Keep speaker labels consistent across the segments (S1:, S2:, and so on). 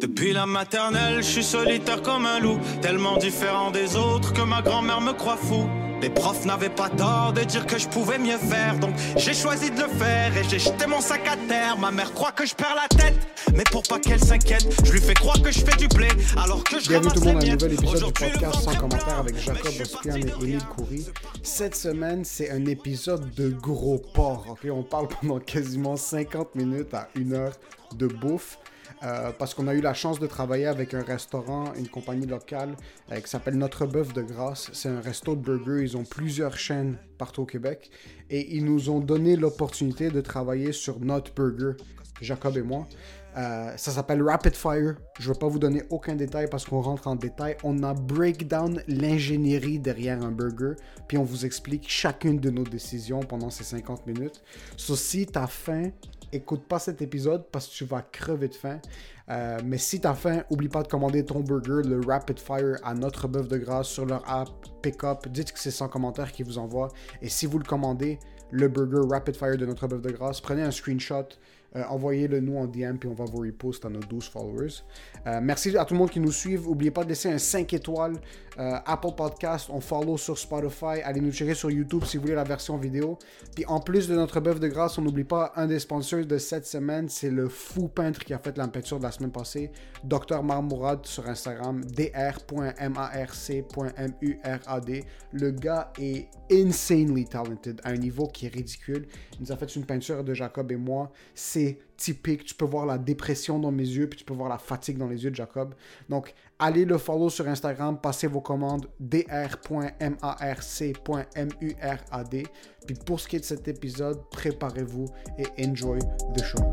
S1: Depuis la maternelle, je suis solitaire comme un loup, tellement différent des autres que ma grand-mère me croit fou. Les profs n'avaient pas tort de dire que je pouvais mieux faire, donc j'ai choisi de le faire et j'ai jeté mon sac à terre. Ma mère croit que je perds la tête, mais pour pas qu'elle s'inquiète, je lui fais croire que je fais du blé alors que je
S2: Bienvenue tout le monde
S1: ramasse
S2: à
S1: les
S2: un nouvel
S1: miettes.
S2: épisode du
S1: Aujourd'hui, le
S2: podcast sans
S1: ventre est
S2: commentaire
S1: plein,
S2: avec Jacob
S1: mais je suis
S2: Ospian
S1: parti
S2: et
S1: de
S2: Émile Coury. Cette semaine, c'est un épisode de gros porc. ok? On parle pendant quasiment 50 minutes à une heure de bouffe. euh, parce qu'on a eu la chance de travailler avec un restaurant, une compagnie locale euh, qui s'appelle Notre Bœuf de Grâce. C'est un resto de burgers. Ils ont plusieurs chaînes partout au Québec. Et ils nous ont donné l'opportunité de travailler sur notre burger, Jacob et moi. Euh, ça s'appelle Rapid Fire. Je ne vais pas vous donner aucun détail parce qu'on rentre en détail. On a breakdown l'ingénierie derrière un burger, puis on vous explique chacune de nos décisions pendant ces 50 minutes. So, si tu as faim, écoute pas cet épisode parce que tu vas crever de faim. Euh, mais si tu as faim, oublie pas de commander ton burger, le Rapid Fire, à notre bœuf de grâce sur leur app Pickup. Dites que c'est sans commentaire qu'ils vous envoie. Et si vous le commandez, le burger Rapid Fire de notre bœuf de grâce, prenez un screenshot. Euh, Envoyez-le nous en DM puis on va vous repost à nos 12 followers. Euh, merci à tout le monde qui nous suit. N'oubliez pas de laisser un 5 étoiles euh, Apple Podcast. On follow sur Spotify. Allez nous checker sur YouTube si vous voulez la version vidéo. Puis en plus de notre bœuf de grâce, on n'oublie pas un des sponsors de cette semaine. C'est le fou peintre qui a fait la peinture de la semaine passée. Dr Marmourad sur Instagram. dr.marc.murad. Le gars est insanely talented à un niveau qui est ridicule. Il nous a fait une peinture de Jacob et moi. C'est typique. Tu peux voir la dépression dans mes yeux, puis tu peux voir la fatigue dans les yeux de Jacob. Donc, allez le follow sur Instagram, passez vos commandes dr.marc.murad. Puis pour ce qui est de cet épisode, préparez-vous et enjoy the show.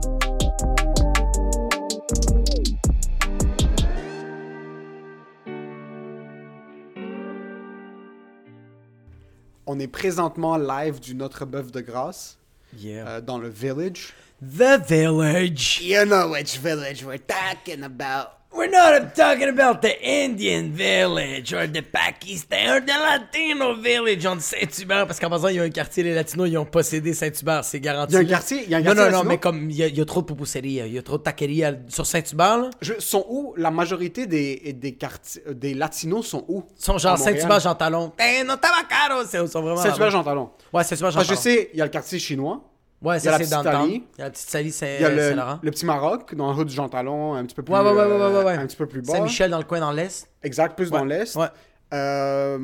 S2: On est présentement live du Notre Bœuf de Grâce
S3: Yeah.
S2: euh, dans le village.
S3: Uh, the village.
S2: You know which village we're talking about.
S3: We're not talking about the Indian village or the Pakistan or the Latino village on Saint-Hubert parce qu'en passant, il y a un quartier, les Latinos, ils ont possédé Saint-Hubert, c'est garanti.
S2: Il y a un quartier- il y a un quartier
S3: Non, non, non,
S2: latino?
S3: mais comme il y, a- il y a trop de pupuseria, il y a trop de taqueria sur Saint-Hubert, là.
S2: Je- sont où la majorité des, des, quartiers, euh, des latinos sont où
S3: Ils sont genre
S2: À Montréal.
S3: Saint-Hubert, Jean Talon. Eh, non, tabacaro, c'est- ils sont vraiment.
S2: Saint-Hubert,
S3: là-bas.
S2: Jean Talon.
S3: Ouais, Saint-Hubert, Jean
S2: Parce
S3: Talon.
S2: que je sais, il y a le quartier chinois,
S3: Ouais,
S2: il y a la
S3: ça, c'est dans
S2: petite
S3: le temps.
S2: Italie.
S3: Il y a la petite Salie Saint-
S2: il y a le,
S3: Saint-Laurent.
S2: le petit Maroc, dans la rue du Jean Talon, un petit peu plus,
S3: Ouais, ouais, ouais, ouais,
S2: euh,
S3: ouais, ouais.
S2: Un petit peu plus bas.
S3: Saint-Michel dans le coin, dans l'Est.
S2: Exact, plus dans l'Est.
S3: Ouais.
S2: Euh,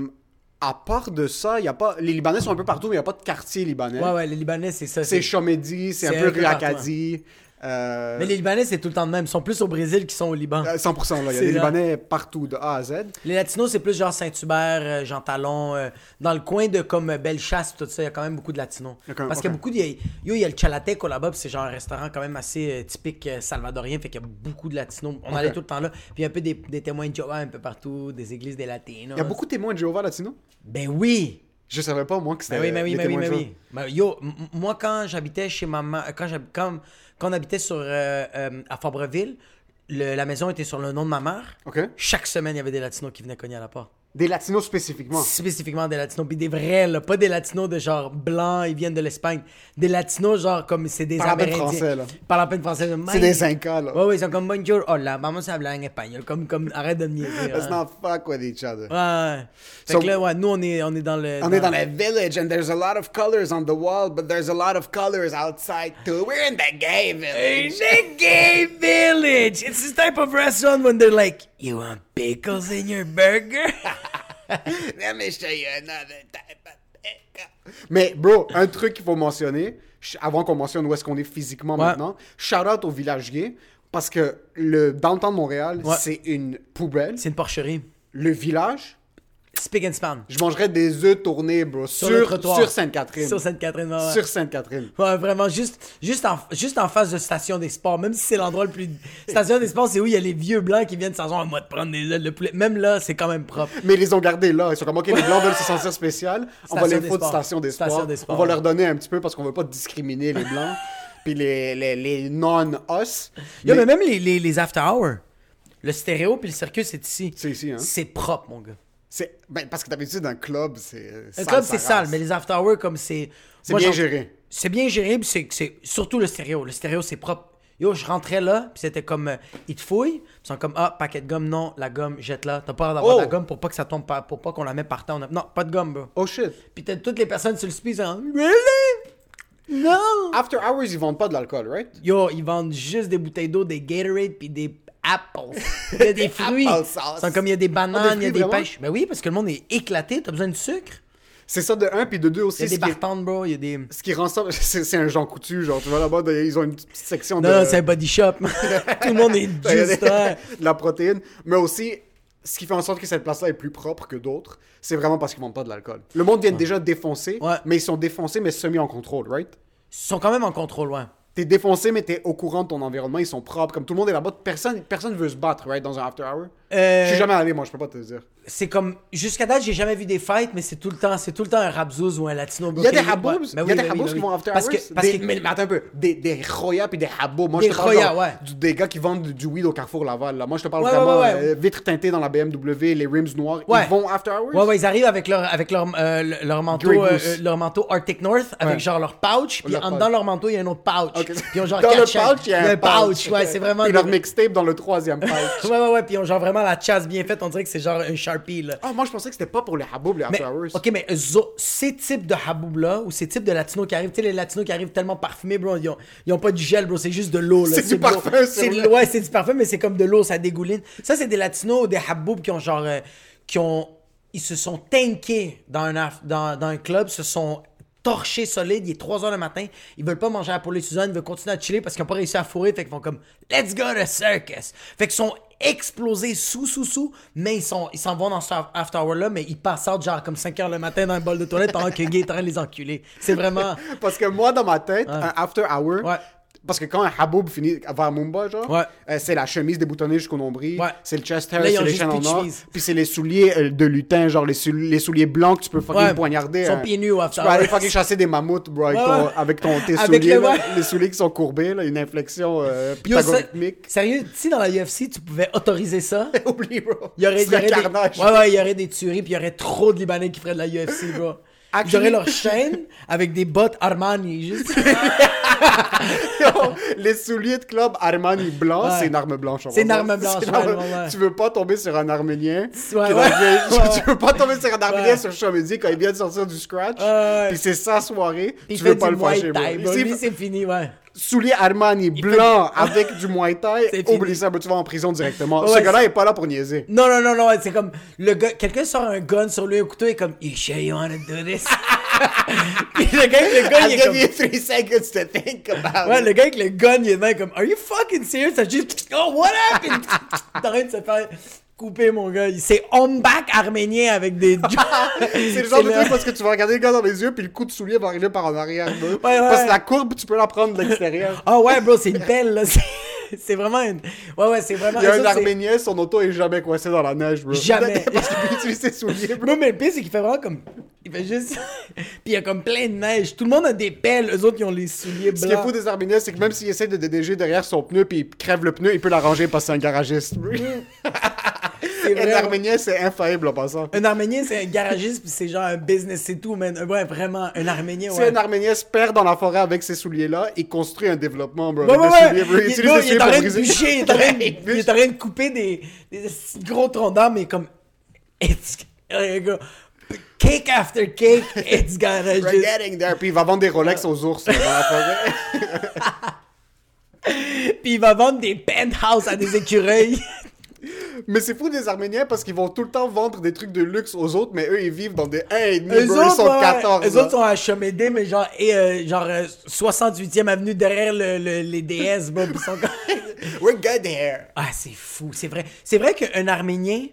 S2: à part de ça, il y a pas... les Libanais sont un peu partout, mais il n'y a pas de quartier libanais.
S3: Ouais, ouais, les Libanais, c'est ça.
S2: C'est Chomedi, c'est un peu rue
S3: partout,
S2: Acadie. euh,
S3: Mais les Libanais, c'est tout le temps de même. Ils sont plus au Brésil qu'ils sont au Liban.
S2: euh, 100%, là. Il y a
S3: C'est
S2: des
S3: là.
S2: Libanais partout, de A à Z.
S3: Les Latinos, c'est plus genre Saint-Hubert, euh, Jean Talon, euh, dans le coin de comme euh, Bellechasse, tout ça, il y a quand même beaucoup de Latinos.
S2: Il y a quand même-
S3: Parce qu'il y a beaucoup de. Yo, il y a le Chalateco là-bas, puis c'est genre un restaurant quand même assez euh, typique euh, salvadorien, fait qu'il y a beaucoup de Latinos. On allait tout le temps là, puis il y a un peu des, des témoins de Jéhovah un peu partout, des églises des Latinos.
S2: Il y a beaucoup de témoins de Jéhovah latinos.
S3: Ben oui!
S2: Je savais pas, moi, que c'était
S3: Ben oui, ben oui,
S2: les
S3: ben oui,
S2: témoins de
S3: ben
S2: Jéhovah.
S3: oui. Ben, yo, m- m- moi, quand j'habitais chez maman, euh, quand, j'hab- quand, quand on habitait sur, euh, euh, à Fabreville, le- la maison était sur le nom de ma mère.
S2: OK.
S3: Chaque semaine, il y avait des Latinos qui venaient cogner à la porte.
S2: Des latinos spécifiquement.
S3: Spécifiquement des latinos, puis des vrais, là, pas des latinos de genre blanc, ils viennent de l'Espagne. Des latinos, genre comme c'est des
S2: Parlent à peine
S3: Amérindiens.
S2: français, là.
S3: Parlent à peine français.
S2: C'est des Incas, là.
S3: Ouais, ouais, ils sont comme bonjour, hola, vamos a hablar en espagnol. Comme, comme, arrête de me niaiser.
S2: Let's
S3: hein.
S2: not fuck with each other.
S3: Ouais, ouais. Fait
S2: So-
S3: que là, ouais, nous, on est, on est dans le.
S2: On est dans le village and there's a lot of colors on the wall, but there's a lot of colors outside too. We're in the gay village.
S3: The gay village! It's this type of restaurant when they're like, you want pickles in your burger?
S2: Let me show you another type of Mais bro, un truc qu'il faut mentionner, ch- avant qu'on mentionne où est-ce qu'on est physiquement maintenant, shout out au village gay, parce que le downtown de Montréal,
S3: Ouais.
S2: c'est une poubelle.
S3: c'est une porcherie.
S2: Le village,
S3: Spick and span.
S2: je mangerais des œufs tournés, bro, sur,
S3: le trottoir.
S2: sur Sainte-Catherine.
S3: Sur Sainte-Catherine, ouais, ouais.
S2: Sur Sainte-Catherine.
S3: Ouais, vraiment, juste, juste, en, juste en face de Station des Sports, même si c'est l'endroit le plus. Station des Sports, c'est où il y a les vieux blancs qui viennent s'en moi de prendre des ailes de poulet. Même là, c'est quand même propre.
S2: Mais ils les ont gardés là. Ils sont comme, OK, les Blancs veulent se sentir spécial. On va
S3: Station
S2: les foutre
S3: d'espoir.
S2: station d'espoir.
S3: Station
S2: On
S3: d'espoir,
S2: va
S3: ouais.
S2: leur donner un petit peu parce qu'on veut pas discriminer les Blancs. Puis les, les, les non-us.
S3: Yo,
S2: Mais
S3: mais, même les, les, les After Hours, le stéréo puis le circus, c'est ici.
S2: C'est ici, hein.
S3: C'est propre, mon gars.
S2: c'est- ben, parce que d'habitude, un club, c'est.
S3: Le club, c'est sale, mais les After Hours, comme c'est.
S2: C'est
S3: Moi,
S2: bien
S3: j'en-
S2: géré.
S3: C'est bien géré, puis c'est- c'est surtout le stéréo. Le stéréo, c'est propre. Yo, je rentrais là, puis c'était comme, euh, ils te fouillent, puis ils sont comme, ah, paquet de gomme, non, la gomme, jette-la. T'as peur d'avoir
S2: Oh!
S3: de la gomme pour pas que ça tombe, par- pour pas qu'on la mette par terre. On a- Non, pas de gomme, bro.
S2: Oh shit.
S3: Puis t'as toutes les personnes sur le speed, genre, really? Non!
S2: After Hours, ils vendent pas de l'alcool, right?
S3: Yo, ils vendent juste des bouteilles d'eau, des Gatorade, puis des apples. Il y a des fruits.
S2: apple sauce.
S3: C'est comme il y a des
S2: Ah, des
S3: bananes, il y a
S2: fruits,
S3: des
S2: vraiment?
S3: pêches. Ben oui, parce que le monde est éclaté, t'as besoin de sucre.
S2: C'est ça de un, puis de deux
S3: Il y
S2: aussi.
S3: a
S2: Ce
S3: des
S2: qui,
S3: bartendes, bro, il y a des.
S2: ce qui rend ça. C'est c'est un Jean Coutu, genre, tu vois là-bas, de- ils ont une petite section de.
S3: Non, c'est un body shop. Tout le monde est juste. hein. ouais.
S2: de la protéine. Mais aussi, ce qui fait en sorte que cette place-là est plus propre que d'autres, c'est vraiment parce qu'ils vendent pas de l'alcool. Le monde vient déjà défoncé,
S3: Ouais.
S2: mais ils sont défoncés, mais semi en contrôle, right?
S3: Ils sont quand même en contrôle, ouais.
S2: T'es défoncé, mais t'es au courant de ton environnement, ils sont propres. Comme tout le monde est là-bas, personne, personne veut se battre, right, dans un after hour.
S3: Euh,
S2: Je suis jamais allé, moi, je peux pas te le dire.
S3: C'est comme. Jusqu'à date, j'ai jamais vu des fights, mais c'est tout le temps, c'est tout le temps un Rabzouz ou un Latino. bro,
S2: Il y a
S3: qui
S2: des
S3: est-
S2: haboubs,
S3: ouais. Ben
S2: il y a
S3: oui,
S2: des
S3: ben oui,
S2: haboubs
S3: ben
S2: qui
S3: oui.
S2: vont after
S3: Parce
S2: hours.
S3: que, parce
S2: des,
S3: que-
S2: mais, mais attends un peu, des, des Roya puis des haboubs. Moi,
S3: Des
S2: je te parle
S3: Roya,
S2: genre
S3: ouais.
S2: du- des gars qui vendent du, du weed au Carrefour Laval. Là. Moi, je te parle
S3: Ouais,
S2: vraiment
S3: ouais, ouais, ouais.
S2: euh, vitres teintées dans la BMW, les rims noirs.
S3: Ouais.
S2: Ils vont after hours.
S3: Ouais, ouais, ils arrivent avec leur, avec leur, euh, le- leur, manteau,
S2: Grey
S3: euh,
S2: Goose.
S3: euh, leur manteau Arctic North, avec
S2: Ouais.
S3: genre leur pouch, puis
S2: Leur
S3: en
S2: pouch.
S3: dedans leur manteau, il y a un autre pouch.
S2: Ok.
S3: Puis ils ont genre
S2: dans le
S3: quatre chaînes.
S2: pouch, il y a un
S3: Le pouch, ouais, c'est vraiment.
S2: Et
S3: des-
S2: leur mixtape dans le troisième pouch.
S3: Ouais, ouais, ouais, puis ils ont genre vraiment la chasse bien faite, on dirait que c'est genre un Sharpie, là.
S2: Ah, moi, je pensais que c'était pas pour les haboubs, les
S3: Mais-
S2: after hours.
S3: ok, mais eux autres, ces types de haboub-là, ou ces types de latinos qui arrivent, tu sais, les latinos qui arrivent tellement parfumés, bro, ils ont, ils ont pas du gel, bro, c'est juste de l'eau, là.
S2: C'est du
S3: de l'eau.
S2: parfum,
S3: c'est
S2: c'est
S3: de
S2: vrai.
S3: l'eau, Ouais, c'est du parfum, mais c'est comme de l'eau, ça dégouline. Ça, c'est des latinos ou des haboub qui ont genre. euh, qui ont. Ils se sont tankés dans un, af- dans, dans un club, se sont torchés solides, il est 3h le matin, ils veulent pas manger à la poulet Suzanne, ils veulent continuer à chiller parce qu'ils ont pas réussi à fourrer, fait qu'ils font comme Let's go to circus! Fait qu'ils sont explosés sous, sous, sous, mais ils sont ils s'en vont dans ce after hour là, mais ils passent out genre comme 5h le matin dans un bol de toilette pendant que le gars est en train de les enculer. C'est vraiment.
S2: Parce que moi, dans ma tête, un after hour.
S3: Ouais.
S2: Parce que quand un haboub finit vers Mumba, genre,
S3: Ouais.
S2: euh, c'est la chemise déboutonnée jusqu'au nombril,
S3: Ouais.
S2: c'est le chest
S3: Là,
S2: hair,
S3: ils ont
S2: c'est les
S3: juste
S2: chaînes
S3: plus
S2: en
S3: de
S2: or,
S3: chemise.
S2: puis c'est les souliers euh, de lutin, genre les, sou- les souliers blancs que tu peux fucking
S3: Ouais.
S2: poignarder.
S3: Ils sont
S2: hein.
S3: pieds nus au after
S2: Tu peux aller
S3: hours.
S2: fucking chasser des mammouths, bro, avec,
S3: Ouais,
S2: ton,
S3: ouais.
S2: avec ton, tes
S3: Avec
S2: souliers,
S3: le-
S2: là,
S3: ouais.
S2: les souliers qui sont courbés, là, une inflexion euh,
S3: Yo, ça-
S2: pythagorique.
S3: sérieux, si dans la UFC tu pouvais autoriser ça,
S2: Oublie, bro.
S3: Il y aurait,
S2: Ce
S3: il y
S2: serait
S3: aurait
S2: carnage.
S3: des... Ouais, ouais, il y aurait des tueries, puis il y aurait trop de Libanais qui feraient de la UFC, bro.
S2: Actually-
S3: J'aurais leur chaîne avec des bottes Armani, juste.
S2: Non, les souliers de club Armani blanc,
S3: Ouais.
S2: c'est une arme blanche. on va
S3: C'est une
S2: dire.
S3: arme blanche,
S2: C'est une
S3: ouais,
S2: arme-
S3: ouais, ouais.
S2: Tu veux pas tomber sur un Arménien. qui est
S3: ouais.
S2: dans le-
S3: Ouais,
S2: Tu veux pas tomber sur un Arménien
S3: Ouais.
S2: sur Chomedy quand il vient de sortir du scratch.
S3: ouais.
S2: Puis c'est sa soirée.
S3: Puis il
S2: tu
S3: fait
S2: veux pas
S3: du
S2: le
S3: Muay
S2: fâcher. bro.
S3: Thai, bro.
S2: C'est-
S3: Lui, c'est fini, ouais.
S2: Souliers Armani blanc avec du Muay Thai.
S3: C'est
S2: Oublie
S3: fini.
S2: ça, bro, tu vas en prison directement.
S3: Ouais,
S2: Ce
S3: c'est-
S2: gars-là est pas là pour niaiser.
S3: Non, non, non, non, c'est comme... le gars, Quelqu'un sort un gun sur lui, un couteau, et comme... You sure you wanna do this? Puis le gars, avec le gun,
S2: I'll
S3: il est
S2: give
S3: comme...
S2: you three seconds to think about
S3: Ouais,
S2: it.
S3: le gars avec le gun, il est là, comme... Are you fucking serious? T'as juste... Oh, what happened? T'as rien de se faire couper, mon gars. C'est homme-back arménien avec des...
S2: C'est le genre de
S3: le-
S2: truc parce que tu vas regarder le gars dans les yeux, puis le coup de soulier va arriver par en arrière. bro.
S3: ouais.
S2: Parce que la courbe, tu peux la prendre de l'extérieur.
S3: Ah ouais, bro, c'est une belle, là. C'est- C'est vraiment une. Ouais, ouais, c'est vraiment.
S2: Il y a
S3: eux
S2: un
S3: autres, c'est-
S2: Arménien, son auto est jamais coincé dans la neige, bro.
S3: Jamais.
S2: Parce qu'il peut utiliser ses souliers, bro.
S3: Bro, mais le pire, c'est qu'il fait vraiment comme. Il fait juste. Puis il y a comme plein de neige. Tout le monde a des pelles. Eux autres, ils ont les souliers
S2: Ce qui est
S3: blancs.
S2: fou des Arméniens, c'est que même s'il essaie de déneiger derrière son pneu puis il crève le pneu, il peut l'arranger parce que c'est un garagiste. bro.
S3: C'est
S2: Un
S3: vraiment-
S2: Arménien, c'est infaillible en passant.
S3: Un Arménien, c'est un garagiste, puis c'est genre un business, c'est tout, man. Ouais, vraiment, un Arménien,
S2: Si
S3: ouais.
S2: un Arménien se perd dans la forêt avec ses souliers-là, il construit un développement, bro.
S3: Ouais,
S2: avec
S3: ouais,
S2: des souliers,
S3: ouais.
S2: bro.
S3: Il,
S2: utilise
S3: bro,
S2: des
S3: il
S2: souliers
S3: est en
S2: pour
S3: train de
S2: briser.
S3: boucher, il est en train de,
S2: Ouais, il
S3: il est en train de couper des, des gros troncs d'arbre, mais comme. It's. euh, gars, Cake after cake, it's gotta
S2: We're
S3: just.
S2: getting there. Puis il va vendre des Rolex aux ours là, dans la forêt.
S3: Puis il va vendre des penthouses à des écureuils.
S2: Mais c'est fou des Arméniens parce qu'ils vont tout le temps vendre des trucs de luxe aux autres, mais eux ils vivent dans des 1,5
S3: Eux
S2: bro, ils sont
S3: autres, ouais,
S2: 14.
S3: eux
S2: là.
S3: autres sont à Chomédé, mais genre, et, euh, genre euh, 68e avenue derrière le- le- les DS. bon, puis ils sont comme-
S2: We're good there.
S3: ah, c'est fou, c'est vrai. C'est vrai qu'un Arménien,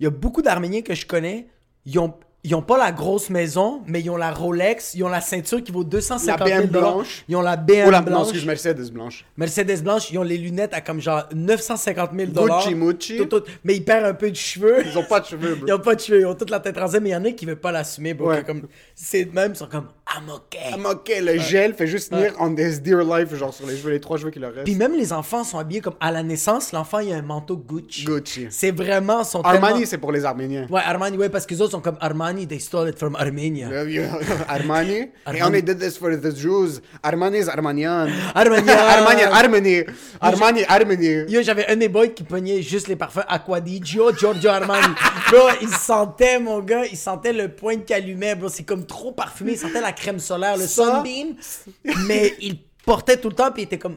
S3: il y a beaucoup d'Arméniens que je connais, ils ont, ils ont pas la grosse maison, mais ils ont la Rolex, ils ont la ceinture qui vaut 250 000
S2: La BM
S3: dollars,
S2: blanche.
S3: Ils ont la BM
S2: Oh la non,
S3: blanche.
S2: excuse Mercedes blanche.
S3: Mercedes blanche, ils ont les lunettes à comme genre 950 000 dollars.
S2: Gucci Mucci.
S3: Tout, tout. mais ils perdent un peu de cheveux.
S2: Ils ont pas de cheveux, bro.
S3: Ils ont pas de cheveux, ils ont toute la tête rasée, mais il y en a qui veulent pas l'assumer, bro.
S2: Ouais.
S3: que Comme, c'est de même, ils sont comme I'm okay.
S2: I'm ok, le gel fait juste tenir on this dear life, genre sur les cheveux, les trois cheveux qui leur restent.
S3: Puis même les enfants sont habillés comme à la naissance, l'enfant il a un manteau Gucci.
S2: Gucci.
S3: C'est vraiment son
S2: Armani, c'est pour les Arméniens.
S3: Ouais, Armani, ouais, parce que les autres sont comme Armani, they stole it from Armenia.
S2: Armani. They only did this for the Jews. Armani is Armanian.
S3: Armanian.
S2: Armani, Armani. Armani, Armani.
S3: Yo, j'avais un des boys qui pognait juste les parfums Acquadigio, Giorgio Armani. bro, il sentait, mon gars, il sentait le point de calumet, bro. C'est comme trop parfumé. Il sentait la crème solaire, le
S2: Ça-
S3: sunbeam. Mais il portait tout le temps, puis il était comme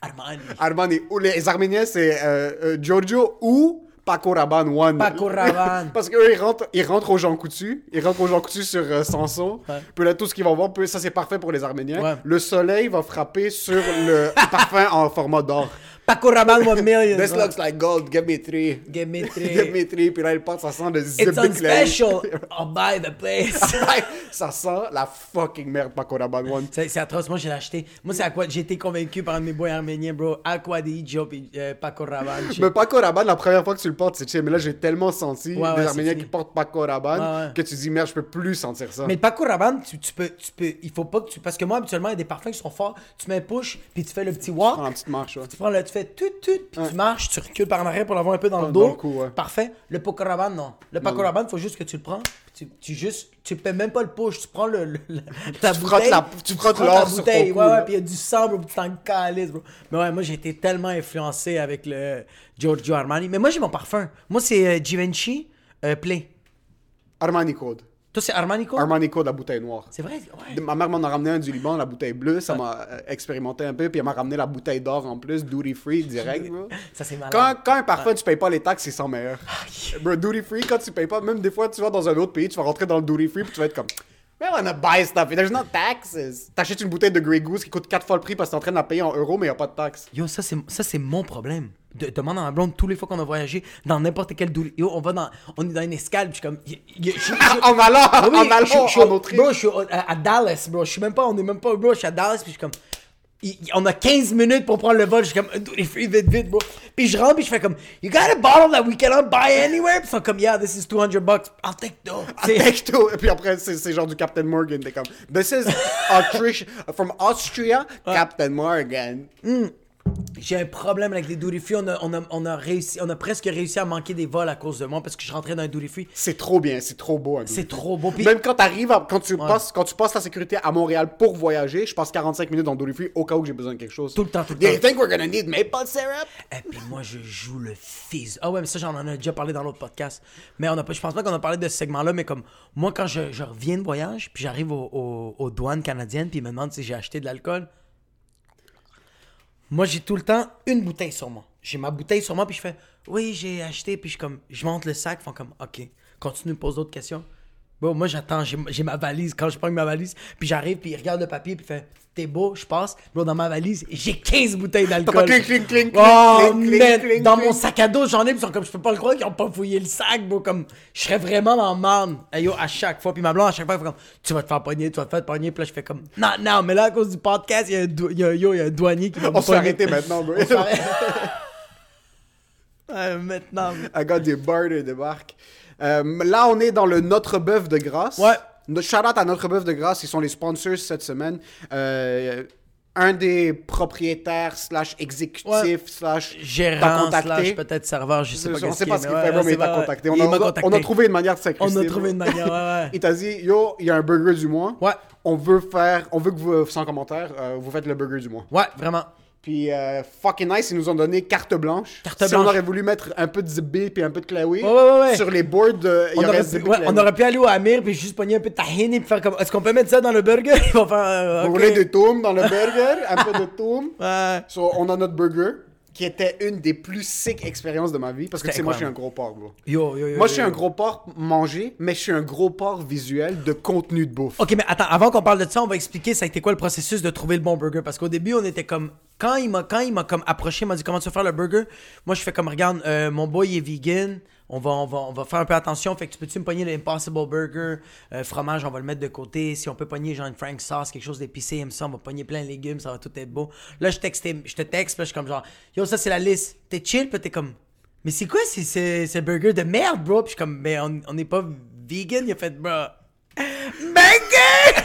S3: Armani.
S2: Armani. Ou les Arméniens, c'est euh, euh, Giorgio ou Paco Rabanne One.
S3: Paco Rabanne.
S2: Parce qu'eux, ils rentrent, ils rentrent aux gens coutus. Ils rentrent aux gens coutus sur euh, Samson. Puis là, tout ce qu'ils vont voir, puis ça, c'est parfait pour les Arméniens.
S3: Ouais.
S2: Le soleil va frapper sur le parfum en format d'or.
S3: Paco Rabanne, one million.
S2: This
S3: bro.
S2: looks like gold. Give me three.
S3: Give me three.
S2: Give me three. Puis là, ils partent, ça sent le zip
S3: It's on
S2: de clay.
S3: special. I'll buy the place.
S2: ça sent la fucking merde, Paco Rabanne One.
S3: C'est c'est atroce, moi je l'ai acheté. Moi c'est Aqua, j'ai été convaincu par un de mes boys arméniens, bro. Aqua de Ijo et euh, Paco Rabanne.
S2: Mais Paco Rabanne, la première fois que tu le portes, c'est chill. Mais là, j'ai tellement senti
S3: Ouais, ouais,
S2: des
S3: c'est
S2: Arméniens
S3: fini.
S2: qui portent Paco Rabanne
S3: Ouais, ouais.
S2: que tu dis, merde, je peux plus sentir ça.
S3: Mais le Paco Rabanne, tu, tu peux, tu peux, il faut pas que tu, parce que moi habituellement il y a des parfums qui sont forts. Tu mets un push, puis tu fais le petit walk.
S2: Prends la petite marche, ouais.
S3: Tu prends le, tu fais tout, tout, puis tu marches, tu recules par en arrière pour l'avoir un peu dans le
S2: Dans
S3: dos.
S2: le cou, ouais.
S3: Parfait. Le Paco Rabanne, non. Le Paco Rabanne, faut juste que tu le prends. puis Tu, tu juste, tu fais même pas le push, tu prends le, le- la- ta
S2: Tu frottes
S3: bouteille.
S2: la- tu frottes
S3: ta
S2: l'or sur ton
S3: bouteille,
S2: cou,
S3: ouais,
S2: là.
S3: ouais, puis il y a du sang, bro, puis tu t'en calisses, bro. Mais ouais, moi j'ai été tellement influencé avec le Giorgio Armani. Mais moi j'ai mon parfum. Moi c'est euh, Givenchy euh, Play.
S2: Armani Code.
S3: Toi c'est Armani quoi?
S2: Armani Code, la bouteille noire.
S3: C'est vrai? Ouais.
S2: Ma mère m'en a ramené un du Liban, la bouteille bleue. Ça m'a euh, expérimenté un peu. Puis elle m'a ramené la bouteille d'or en plus, duty free direct. bro.
S3: Ça c'est malade. Ah,
S2: Quand, quand un parfum, tu payes pas les taxes, c'est sans meilleur. Bro, duty free, quand tu payes pas, même des fois, tu vas dans un autre pays, tu vas rentrer dans le duty free, puis tu vas être comme. Mais on a buy stuff, there's no taxes. T'achètes une bouteille de Grey Goose qui coûte 4 fois le prix parce que t'es en train de la payer en euros, mais y a pas de taxes.
S3: Yo, ça c'est ça c'est mon problème. De, demande à ma blonde tous les fois qu'on a voyagé dans n'importe quel doule. Yo, on va dans on est dans une escale, puis je suis comme y- y- je- je-
S2: En allant,
S3: Ah oui,
S2: en allant
S3: je- je suis
S2: en
S3: au-
S2: Autriche.
S3: Bro, je suis au- à, à Dallas, bro. Je suis même pas on est même pas bro, je suis à Dallas puis je suis comme y- y- on a 15 minutes pour prendre le vol, je suis comme duty free vite vite, bro. Puis je rentre puis je fais comme you got a bottle that we cannot buy anywhere. Puis ils sont comme yeah, this is 200 bucks. I'll take those. C'est-
S2: Texto. Et puis après, c'est c'est genre du Captain Morgan. T'es comme, This is Autriche, from Austria, Captain Morgan.
S3: J'ai un problème avec les duty free. On a, on, a, on a réussi, on a presque réussi à manquer des vols à cause de moi parce que je rentrais dans un duty free.
S2: C'est trop bien, c'est trop beau. Abdou.
S3: C'est trop beau. Puis-
S2: Même quand t'arrives, à- quand tu passes, quand tu passes la sécurité à Montréal pour voyager, je passe 45 minutes dans le Dolifi au cas où j'ai besoin de quelque chose.
S3: Tout le temps, tout le
S2: Do you
S3: temps.
S2: think we're gonna need maple syrup?
S3: Et Eh, puis moi, je joue le fils. Ah ouais, mais ça, j'en en ai déjà parlé dans l'autre podcast. Mais on a pas, je pense pas qu'on a parlé de ce segment-là, mais comme moi, quand je, je reviens de voyage, puis j'arrive au- au- aux douanes canadiennes, puis ils me demandent si j'ai acheté de l'alcool. Moi, j'ai tout le temps une bouteille sur moi. J'ai ma bouteille sur moi, puis je fais Oui, j'ai acheté, puis je, suis comme, je monte le sac, ils font comme OK. Continue, me pose d'autres questions. Bon, moi, j'attends, j'ai j'ai ma valise. Quand je prends ma valise, puis j'arrive, puis ils regardent le papier, puis ils font T'es beau, je passe. Bro, dans ma valise, j'ai 15 bouteilles d'alcool.
S2: Clink, clink, clink,
S3: Oh,
S2: clink, clink,
S3: man,
S2: clink,
S3: dans
S2: clink.
S3: mon sac à dos, j'en ai, puis ils sont comme, je peux pas le croire qu'ils ont pas fouillé le sac, bro, comme, je serais vraiment dans le marne. Hey, yo, à chaque fois, puis ma blonde, à chaque fois, elle fait comme, tu vas te faire pogner, tu vas te faire pogner, puis là, je fais comme, non, non, mais là, à cause du podcast, il y a un, dou- il y a, un- yo, il y a un douanier qui va me
S2: On se fait
S3: pogner.
S2: arrêter maintenant, bro.
S3: On s'arrête. Ouais, maintenant.
S2: I got the barter débarque. Euh, là, on est dans le Notre Bœuf de Grâce.
S3: Ouais.
S2: No- Shout out à Notre Bœuf de Grâce, ils sont les sponsors cette semaine. Euh, un des propriétaires slash exécutifs
S3: Ouais.
S2: slash t'a
S3: Gérant, slash, peut-être serveur, je sais pas
S2: on
S3: qu'est-ce
S2: sait
S3: qu'il
S2: pas
S3: est,
S2: ce qu'il
S3: mais ouais,
S2: fait, bro, mais
S3: c'est
S2: il t'a
S3: vrai, ouais.
S2: contacté. On
S3: Il
S2: a,
S3: m'a
S2: on a
S3: contacté.
S2: trouvé une manière de s'incruster.
S3: On a trouvé une
S2: bro.
S3: manière, ouais, ouais.
S2: Il t'a dit, yo, il y a un burger du mois.
S3: Ouais.
S2: On veut faire, on veut que vous, sans commentaire, euh, vous faites le burger du mois.
S3: Ouais, vraiment.
S2: Puis euh, fucking nice, ils nous ont donné carte blanche.
S3: Carte
S2: si on
S3: blanche.
S2: aurait voulu mettre un peu de Zippy puis un peu de Chloé
S3: Ouais, ouais, ouais.
S2: sur les boards, euh, il
S3: On
S2: y aurait
S3: aurait,
S2: Zippy
S3: pu, ouais,
S2: Chloé.
S3: on aurait pu aller au Amir puis juste pogner un peu de tahini puis faire comme est-ce qu'on peut mettre ça dans le burger Ils vont faire euh,
S2: On
S3: ok.
S2: voulait des tomes dans le burger, un peu de tomes.
S3: Ouais.
S2: So, on a notre burger qui était une des plus sick expériences de ma vie parce que tu sais, moi je suis un gros porc, gros.
S3: Yo, yo, yo,
S2: Moi je suis
S3: yo.
S2: un gros porc manger, mais je suis un gros porc visuel de contenu de bouffe.
S3: Ok, mais attends, avant qu'on parle de ça, on va expliquer ça a été quoi le processus de trouver le bon burger. Parce qu'au début, on était comme. Quand il m'a, quand il m'a comme approché, il m'a dit comment tu veux faire le burger, moi je fais comme regarde, euh, mon boy il est vegan, on va, on, va, on va faire un peu attention, fait que tu peux-tu me pogner l'Impossible Burger, euh, fromage, on va le mettre de côté. Si on peut pogner genre une Frank sauce, quelque chose d'épicé, il me semble, on va pogner plein de légumes, ça va tout être beau. Là, je, textais, je te texte, là, je suis comme genre, yo, ça c'est la liste, t'es chill, puis t'es comme, mais c'est quoi ben, ces, ces, ces burgers de merde, bro? Puis je suis comme, mais on on n'est pas vegan, il a fait, bro. Banking!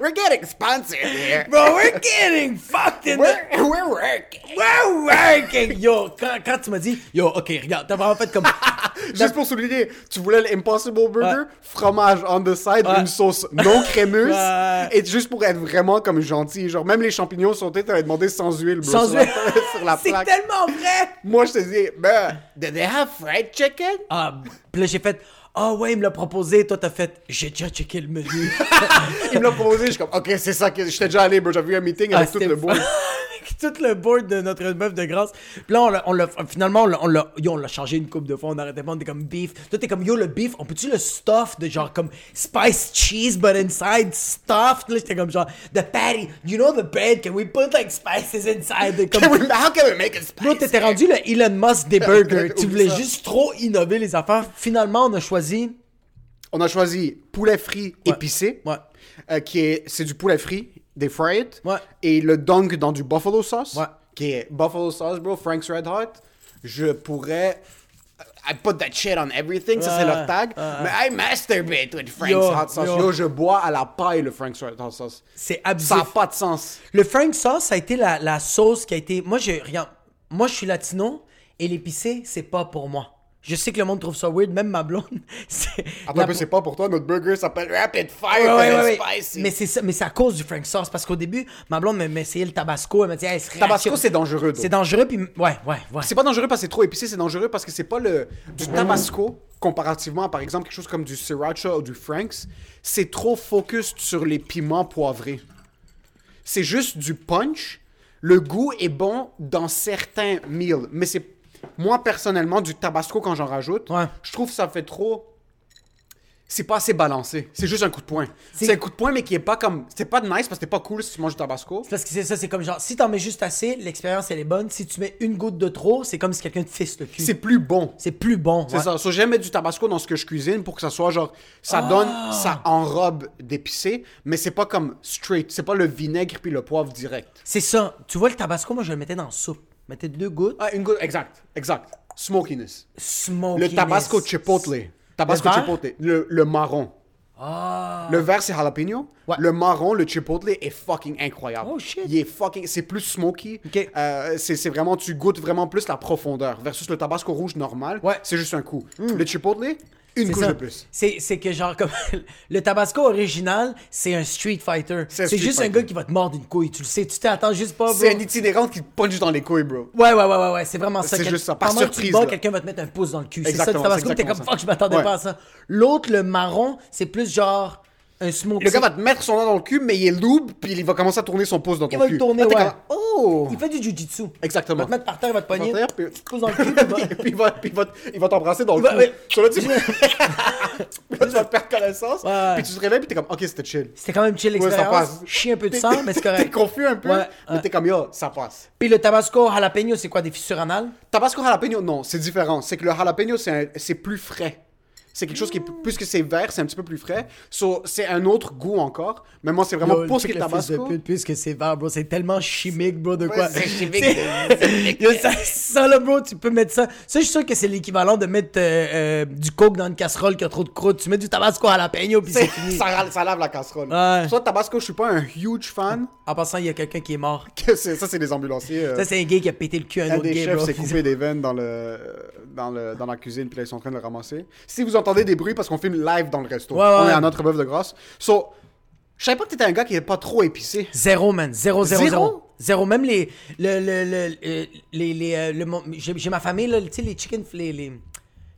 S2: We're getting sponsored here.
S3: Bro, we're getting fucked in the...
S2: we're working.
S3: We're working! Yo, quand, quand tu m'as dit, yo, ok, regarde, t'as vraiment fait comme.
S2: Juste pour souligner, tu voulais l'Impossible Burger,
S3: Ouais.
S2: fromage on the side,
S3: Ouais.
S2: une sauce non crémeuse,
S3: Ouais.
S2: et juste pour être vraiment comme gentil. Genre, même les champignons sautés, t'avais demandé sans huile, bro,
S3: Sans
S2: sur la-
S3: huile.
S2: sur la
S3: C'est
S2: plaque.
S3: tellement vrai!
S2: Moi, je te dis, ben, did they have fried chicken?
S3: Ah, puis là, j'ai fait, ah ouais, il me l'a proposé. Toi, t'as fait, j'ai déjà checké le menu.
S2: Ils me l'ont proposé, je suis comme, ok, c'est ça que j'étais déjà allé, bro, j'avais eu un meeting
S3: Ah,
S2: avec tout
S3: c'était
S2: le board.
S3: Avec tout le board de notre meuf de grâce. Puis là, on l'a- on l'a, finalement, on l'a, on l'a- yo, on l'a changé une coupe de fois. On arrêtait pas, on était comme beef. Toi, t'es comme, yo, le beef, on peut-tu le stuff de genre comme spice cheese, but inside stuffed? Là, j'étais comme genre, the patty, you know the bread, can we put like spices inside? Et Comme,
S2: Can we- How can we make it
S3: Bro,
S2: spicy?
S3: t'étais rendu le Elon Musk des burgers. tu
S2: Oublie
S3: voulais
S2: ça.
S3: juste trop innover les affaires. Finalement, on a choisi.
S2: On a choisi poulet frit épicé,
S3: Ouais.
S2: euh, qui est, c'est du poulet frit, des fried,
S3: Ouais.
S2: et le dunk dans du buffalo sauce,
S3: Ouais.
S2: qui est buffalo sauce, bro, Frank's Red Hot. Je pourrais... I put that shit on everything, ça c'est
S3: Ouais,
S2: leur tag.
S3: ouais.
S2: Mais I masturbate with Frank's
S3: Yo,
S2: Hot Sauce.
S3: yo.
S2: Yo. je bois à la paille le Frank's Red Hot Sauce.
S3: C'est
S2: Ça
S3: abusif.
S2: n'a pas de sens.
S3: Le Frank sauce, ça a été la, la sauce qui a été. Moi, je, regarde, moi, je suis latino et l'épicé, c'est pas pour moi. Je sais que le monde trouve ça weird, même ma blonde. c'est-
S2: Attends
S3: la-
S2: un peu, Ah, ben, c'est pas pour toi, notre burger s'appelle Rapid Fire,
S3: Ouais, ouais,
S2: cause
S3: ouais,
S2: it's
S3: ouais.
S2: spicy.
S3: Mais c'est ça- mais c'est à cause du Frank sauce parce qu'au début, ma blonde m'a m'a essayé le tabasco, elle m'a dit, Hey, c'est
S2: Tabasco,
S3: ratio-
S2: c'est dangereux, donc.
S3: c'est dangereux puis ouais, ouais, ouais.
S2: C'est pas dangereux parce que c'est trop épicé, c'est dangereux parce que c'est pas le du tabasco comparativement à par exemple quelque chose comme du sriracha ou du franks, c'est trop focus sur les piments poivrés. C'est juste du punch. Le goût est bon dans certains meals, mais c'est moi personnellement du tabasco quand j'en rajoute,
S3: Ouais.
S2: je trouve que ça fait trop c'est pas assez balancé. C'est juste un coup de poing.
S3: C'est-
S2: C'est un coup de poing, mais qui est pas comme. C'est pas nice parce que t'es pas cool si tu manges du tabasco.
S3: Parce que c'est ça, c'est comme genre, si t'en mets juste assez, l'expérience elle est bonne. Si tu mets une goutte de trop, c'est comme si quelqu'un te fisse le cul.
S2: C'est plus bon.
S3: C'est plus bon.
S2: C'est
S3: ouais.
S2: ça. So, j'aime mettre du tabasco dans ce que je cuisine pour que ça soit genre. Ça
S3: Ah.
S2: donne. Ça enrobe d'épicé, mais c'est pas comme straight. C'est pas le vinaigre puis le poivre direct.
S3: C'est ça. Tu vois, le tabasco, moi, je le mettais dans la soupe. Je mettais deux gouttes.
S2: Ah, une goutte. Exact. Exact. Smokiness. Le
S3: smokiness.
S2: tabasco chipotle. Tabasco
S3: Le vert?
S2: chipotle. Le, le marron. Le vert, c'est jalapeno.
S3: Ouais.
S2: Le marron, le chipotle est fucking incroyable.
S3: Oh, shit.
S2: Il est fucking. C'est plus smoky.
S3: Ok.
S2: Euh, c'est c'est vraiment. Tu goûtes vraiment plus la profondeur. Versus le tabasco rouge normal.
S3: Ouais. Hmm.
S2: C'est juste un coup. Le chipotle, une
S3: C'est
S2: couche
S3: ça.
S2: de plus.
S3: C'est, c'est que genre comme le Tabasco original, c'est un Street Fighter.
S2: C'est
S3: C'est,
S2: un Street
S3: juste un
S2: Fighter.
S3: gars qui va te mordre une couille, tu le sais, tu t'attends juste pas Oh, bro.
S2: C'est un itinérant qui te punch dans les couilles, bro.
S3: Ouais, ouais, ouais, ouais, ouais, c'est vraiment ça.
S2: C'est
S3: Quel-
S2: juste ça, par
S3: pendant que tu
S2: surprise,
S3: te bats,
S2: là.
S3: quelqu'un va te mettre un pouce dans le cul.
S2: Exactement,
S3: c'est ça, le Tabasco,
S2: c'est
S3: t'es comme
S2: exactement
S3: fuck,
S2: ça.
S3: je m'attendais
S2: Ouais.
S3: pas à ça. L'autre, le marron, c'est plus genre un smoke.
S2: Le gars va te mettre son doigt dans le cul, mais il est loup, puis il va commencer à tourner son pouce dans ton
S3: va le
S2: cul.
S3: tourner,
S2: Là, t'es
S3: ouais.
S2: comme, oh!
S3: Il fait du jujitsu. Il
S2: Exactement.
S3: va te mettre par terre, il va te pogner.
S2: Il va te faire, puis-
S3: pouce dans le cul, puis il va-
S2: puis il va, puis il va te- il va t'embrasser dans le
S3: va-
S2: cou.
S3: ouais.
S2: So là, tu... Puis là, tu vas perdre connaissance,
S3: Ouais.
S2: puis tu te réveilles, puis t'es comme, ok, c'était chill.
S3: C'était quand même chill
S2: Ouais, ça
S3: l'expérience.
S2: passe.
S3: Chier un peu de
S2: T'es-
S3: sang, mais c'est
S2: T'es
S3: correct.
S2: confus un peu,
S3: Ouais, ouais.
S2: mais t'es comme, yo, ça passe.
S3: Puis le Tabasco jalapeno, c'est quoi, des fissures anales?
S2: Tabasco jalapeno, non, c'est différent. C'est que le jalapeno, c'est un- c'est plus frais. C'est quelque chose qui est plus que c'est vert, c'est un petit peu plus frais. So, c'est un autre goût encore. Mais moi, c'est vraiment
S3: Yo,
S2: pour ce
S3: check
S2: qui est
S3: le fils de
S2: tabasco.
S3: pute, puisque c'est vert, bro. C'est tellement chimique, bro, de
S2: Ouais,
S3: quoi.
S2: c'est chimique,
S3: C'est- Yo, ça, ça, là, bro, tu peux mettre ça. Ça, je suis sûr que c'est l'équivalent de mettre euh, euh, du coke dans une casserole qui a trop de croûte. Tu mets du tabasco à la peigno, puis c'est fini.
S2: ça, ra- ça lave la casserole.
S3: Ouais.
S2: Soit Tabasco, je suis pas un huge fan.
S3: En passant, il y a quelqu'un qui est mort.
S2: Que c'est- ça, c'est des ambulanciers. euh,
S3: Ça, c'est un gay qui a pété le cul à un
S2: un
S3: autre
S2: des
S3: gay,
S2: chefs
S3: bro.
S2: s'est coupé des veines dans, le, dans, le, dans la cuisine, puis là, ils sont en train de le ramasser. Si vous entendez des bruits, parce qu'on filme live dans le resto.
S3: Ouais, ouais,
S2: On
S3: ouais.
S2: est à notre bœuf de grâce. So, je savais pas que t'étais un gars qui est pas trop épicé.
S3: Zéro, man. Zéro, zéro,
S2: Zéro?
S3: zéro. Zéro. Même les. Le, le, le, euh, les, les, euh, le mon- J'ai j'ai ma famille, là, tu sais, les chicken. Les, les,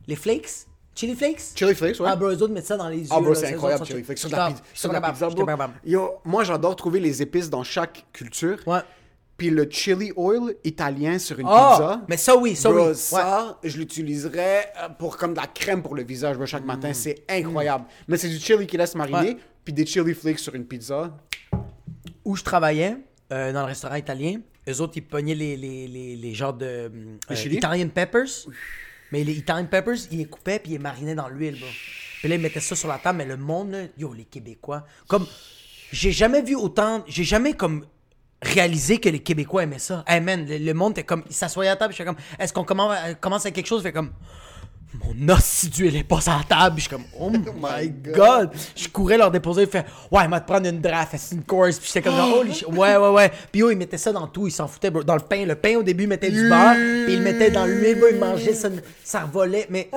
S3: les flakes. Chili flakes?
S2: Chili flakes, ouais.
S3: Ah, bro, eux autres mettent ça dans les yeux.
S2: Ah, bro,
S3: là.
S2: c'est
S3: Eux
S2: incroyable,
S3: autres sont-
S2: Chili Flakes. Sur de
S3: Je
S2: la,
S3: suis
S2: pi- sur de la
S3: capable,
S2: pizza,
S3: je suis
S2: bro.
S3: capable.
S2: Yo, moi, j'adore trouver les épices dans chaque culture.
S3: Ouais.
S2: Puis le chili oil italien sur une
S3: Ah!
S2: pizza.
S3: Mais ça, oui, ça,
S2: Bro,
S3: oui. Ouais.
S2: ça, je l'utiliserais euh, pour comme de la crème pour le visage bro, chaque matin. C'est incroyable. Mais c'est du chili qui laisse mariner,
S3: Mm. Ouais.
S2: puis des chili flakes sur une pizza.
S3: Où je travaillais, euh, dans le restaurant italien, eux autres, ils pognaient les, les, les, les genres de. hum, euh,
S2: chili?
S3: Italian peppers. Mais les Italian peppers, ils les coupaient puis ils les marinaient dans l'huile, bro. Puis là, ils mettaient ça sur la table, mais le monde, là, yo, les Québécois. Comme. J'ai jamais vu autant. J'ai jamais comme. réalisé que les Québécois euh, aimaient ça. Hey man, le, le monde était comme. Ils s'assoyaient à table, j'étais comme. Est-ce qu'on commence, à- commence à quelque chose? Fait comme. mon assidu, elle est pas sur la table. Je suis comme, oh my
S2: my
S3: god.
S2: God.
S3: Je courais leur déposer, il fait, ouais, il m'a te prendre une draft, c'est une course. Puis j'étais comme, genre, holy shit. Ouais, ouais, ouais. Puis oh, il mettait ça dans tout, il s'en foutait, bro. Dans le pain, le pain au début, il mettait du beurre, puis il le mettait dans l'huile, bro, il mangeait, ça, ça revolait. Mais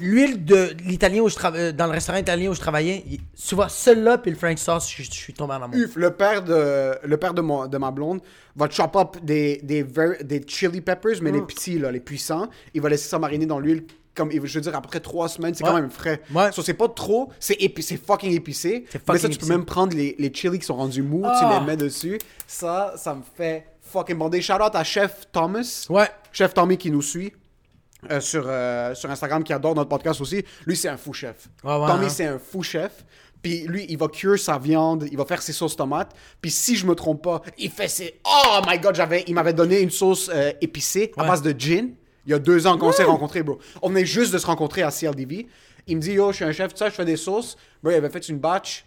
S3: l'huile de l'italien où je trava- euh, dans le restaurant italien où je travaillais, il- souvent, celle-là, puis le French sauce, je, je suis tombé en amour.
S2: Uf, le père de le père de, mon- de ma blonde va chop up des, des, ver- des chili peppers,
S3: Ah.
S2: mais les petits, là, les puissants. Il va laisser ça mariner dans l'huile. Comme, je veux dire, après trois semaines, c'est
S3: Ouais.
S2: quand même frais.
S3: Ouais.
S2: So, c'est pas trop, c'est épi- c'est fucking épicé.
S3: C'est
S2: mais
S3: fucking
S2: ça, tu peux
S3: épicé.
S2: même prendre les, les chili qui sont rendus mous,
S3: Ah.
S2: tu les mets dessus. Ça, ça me fait fucking bander. Shout out à Chef Thomas.
S3: Ouais.
S2: Chef Tommy qui nous suit. euh, sur, euh, sur Instagram qui adore notre podcast aussi. Lui, c'est un fou chef.
S3: Ouais, ouais,
S2: Tommy,
S3: hein.
S2: c'est un fou chef. Puis lui, il va cuire sa viande, il va faire ses sauces tomates. Puis si je me trompe pas, il fait ses... Oh my God, j'avais... il m'avait donné une sauce euh, épicée à
S3: Ouais.
S2: base de gin. Il y a deux ans qu'on s'est rencontrés, bro. On venait juste de se rencontrer à CLDV. Il me dit, yo, je suis un chef, tout ça, je fais des sauces. Bro, il avait fait une batch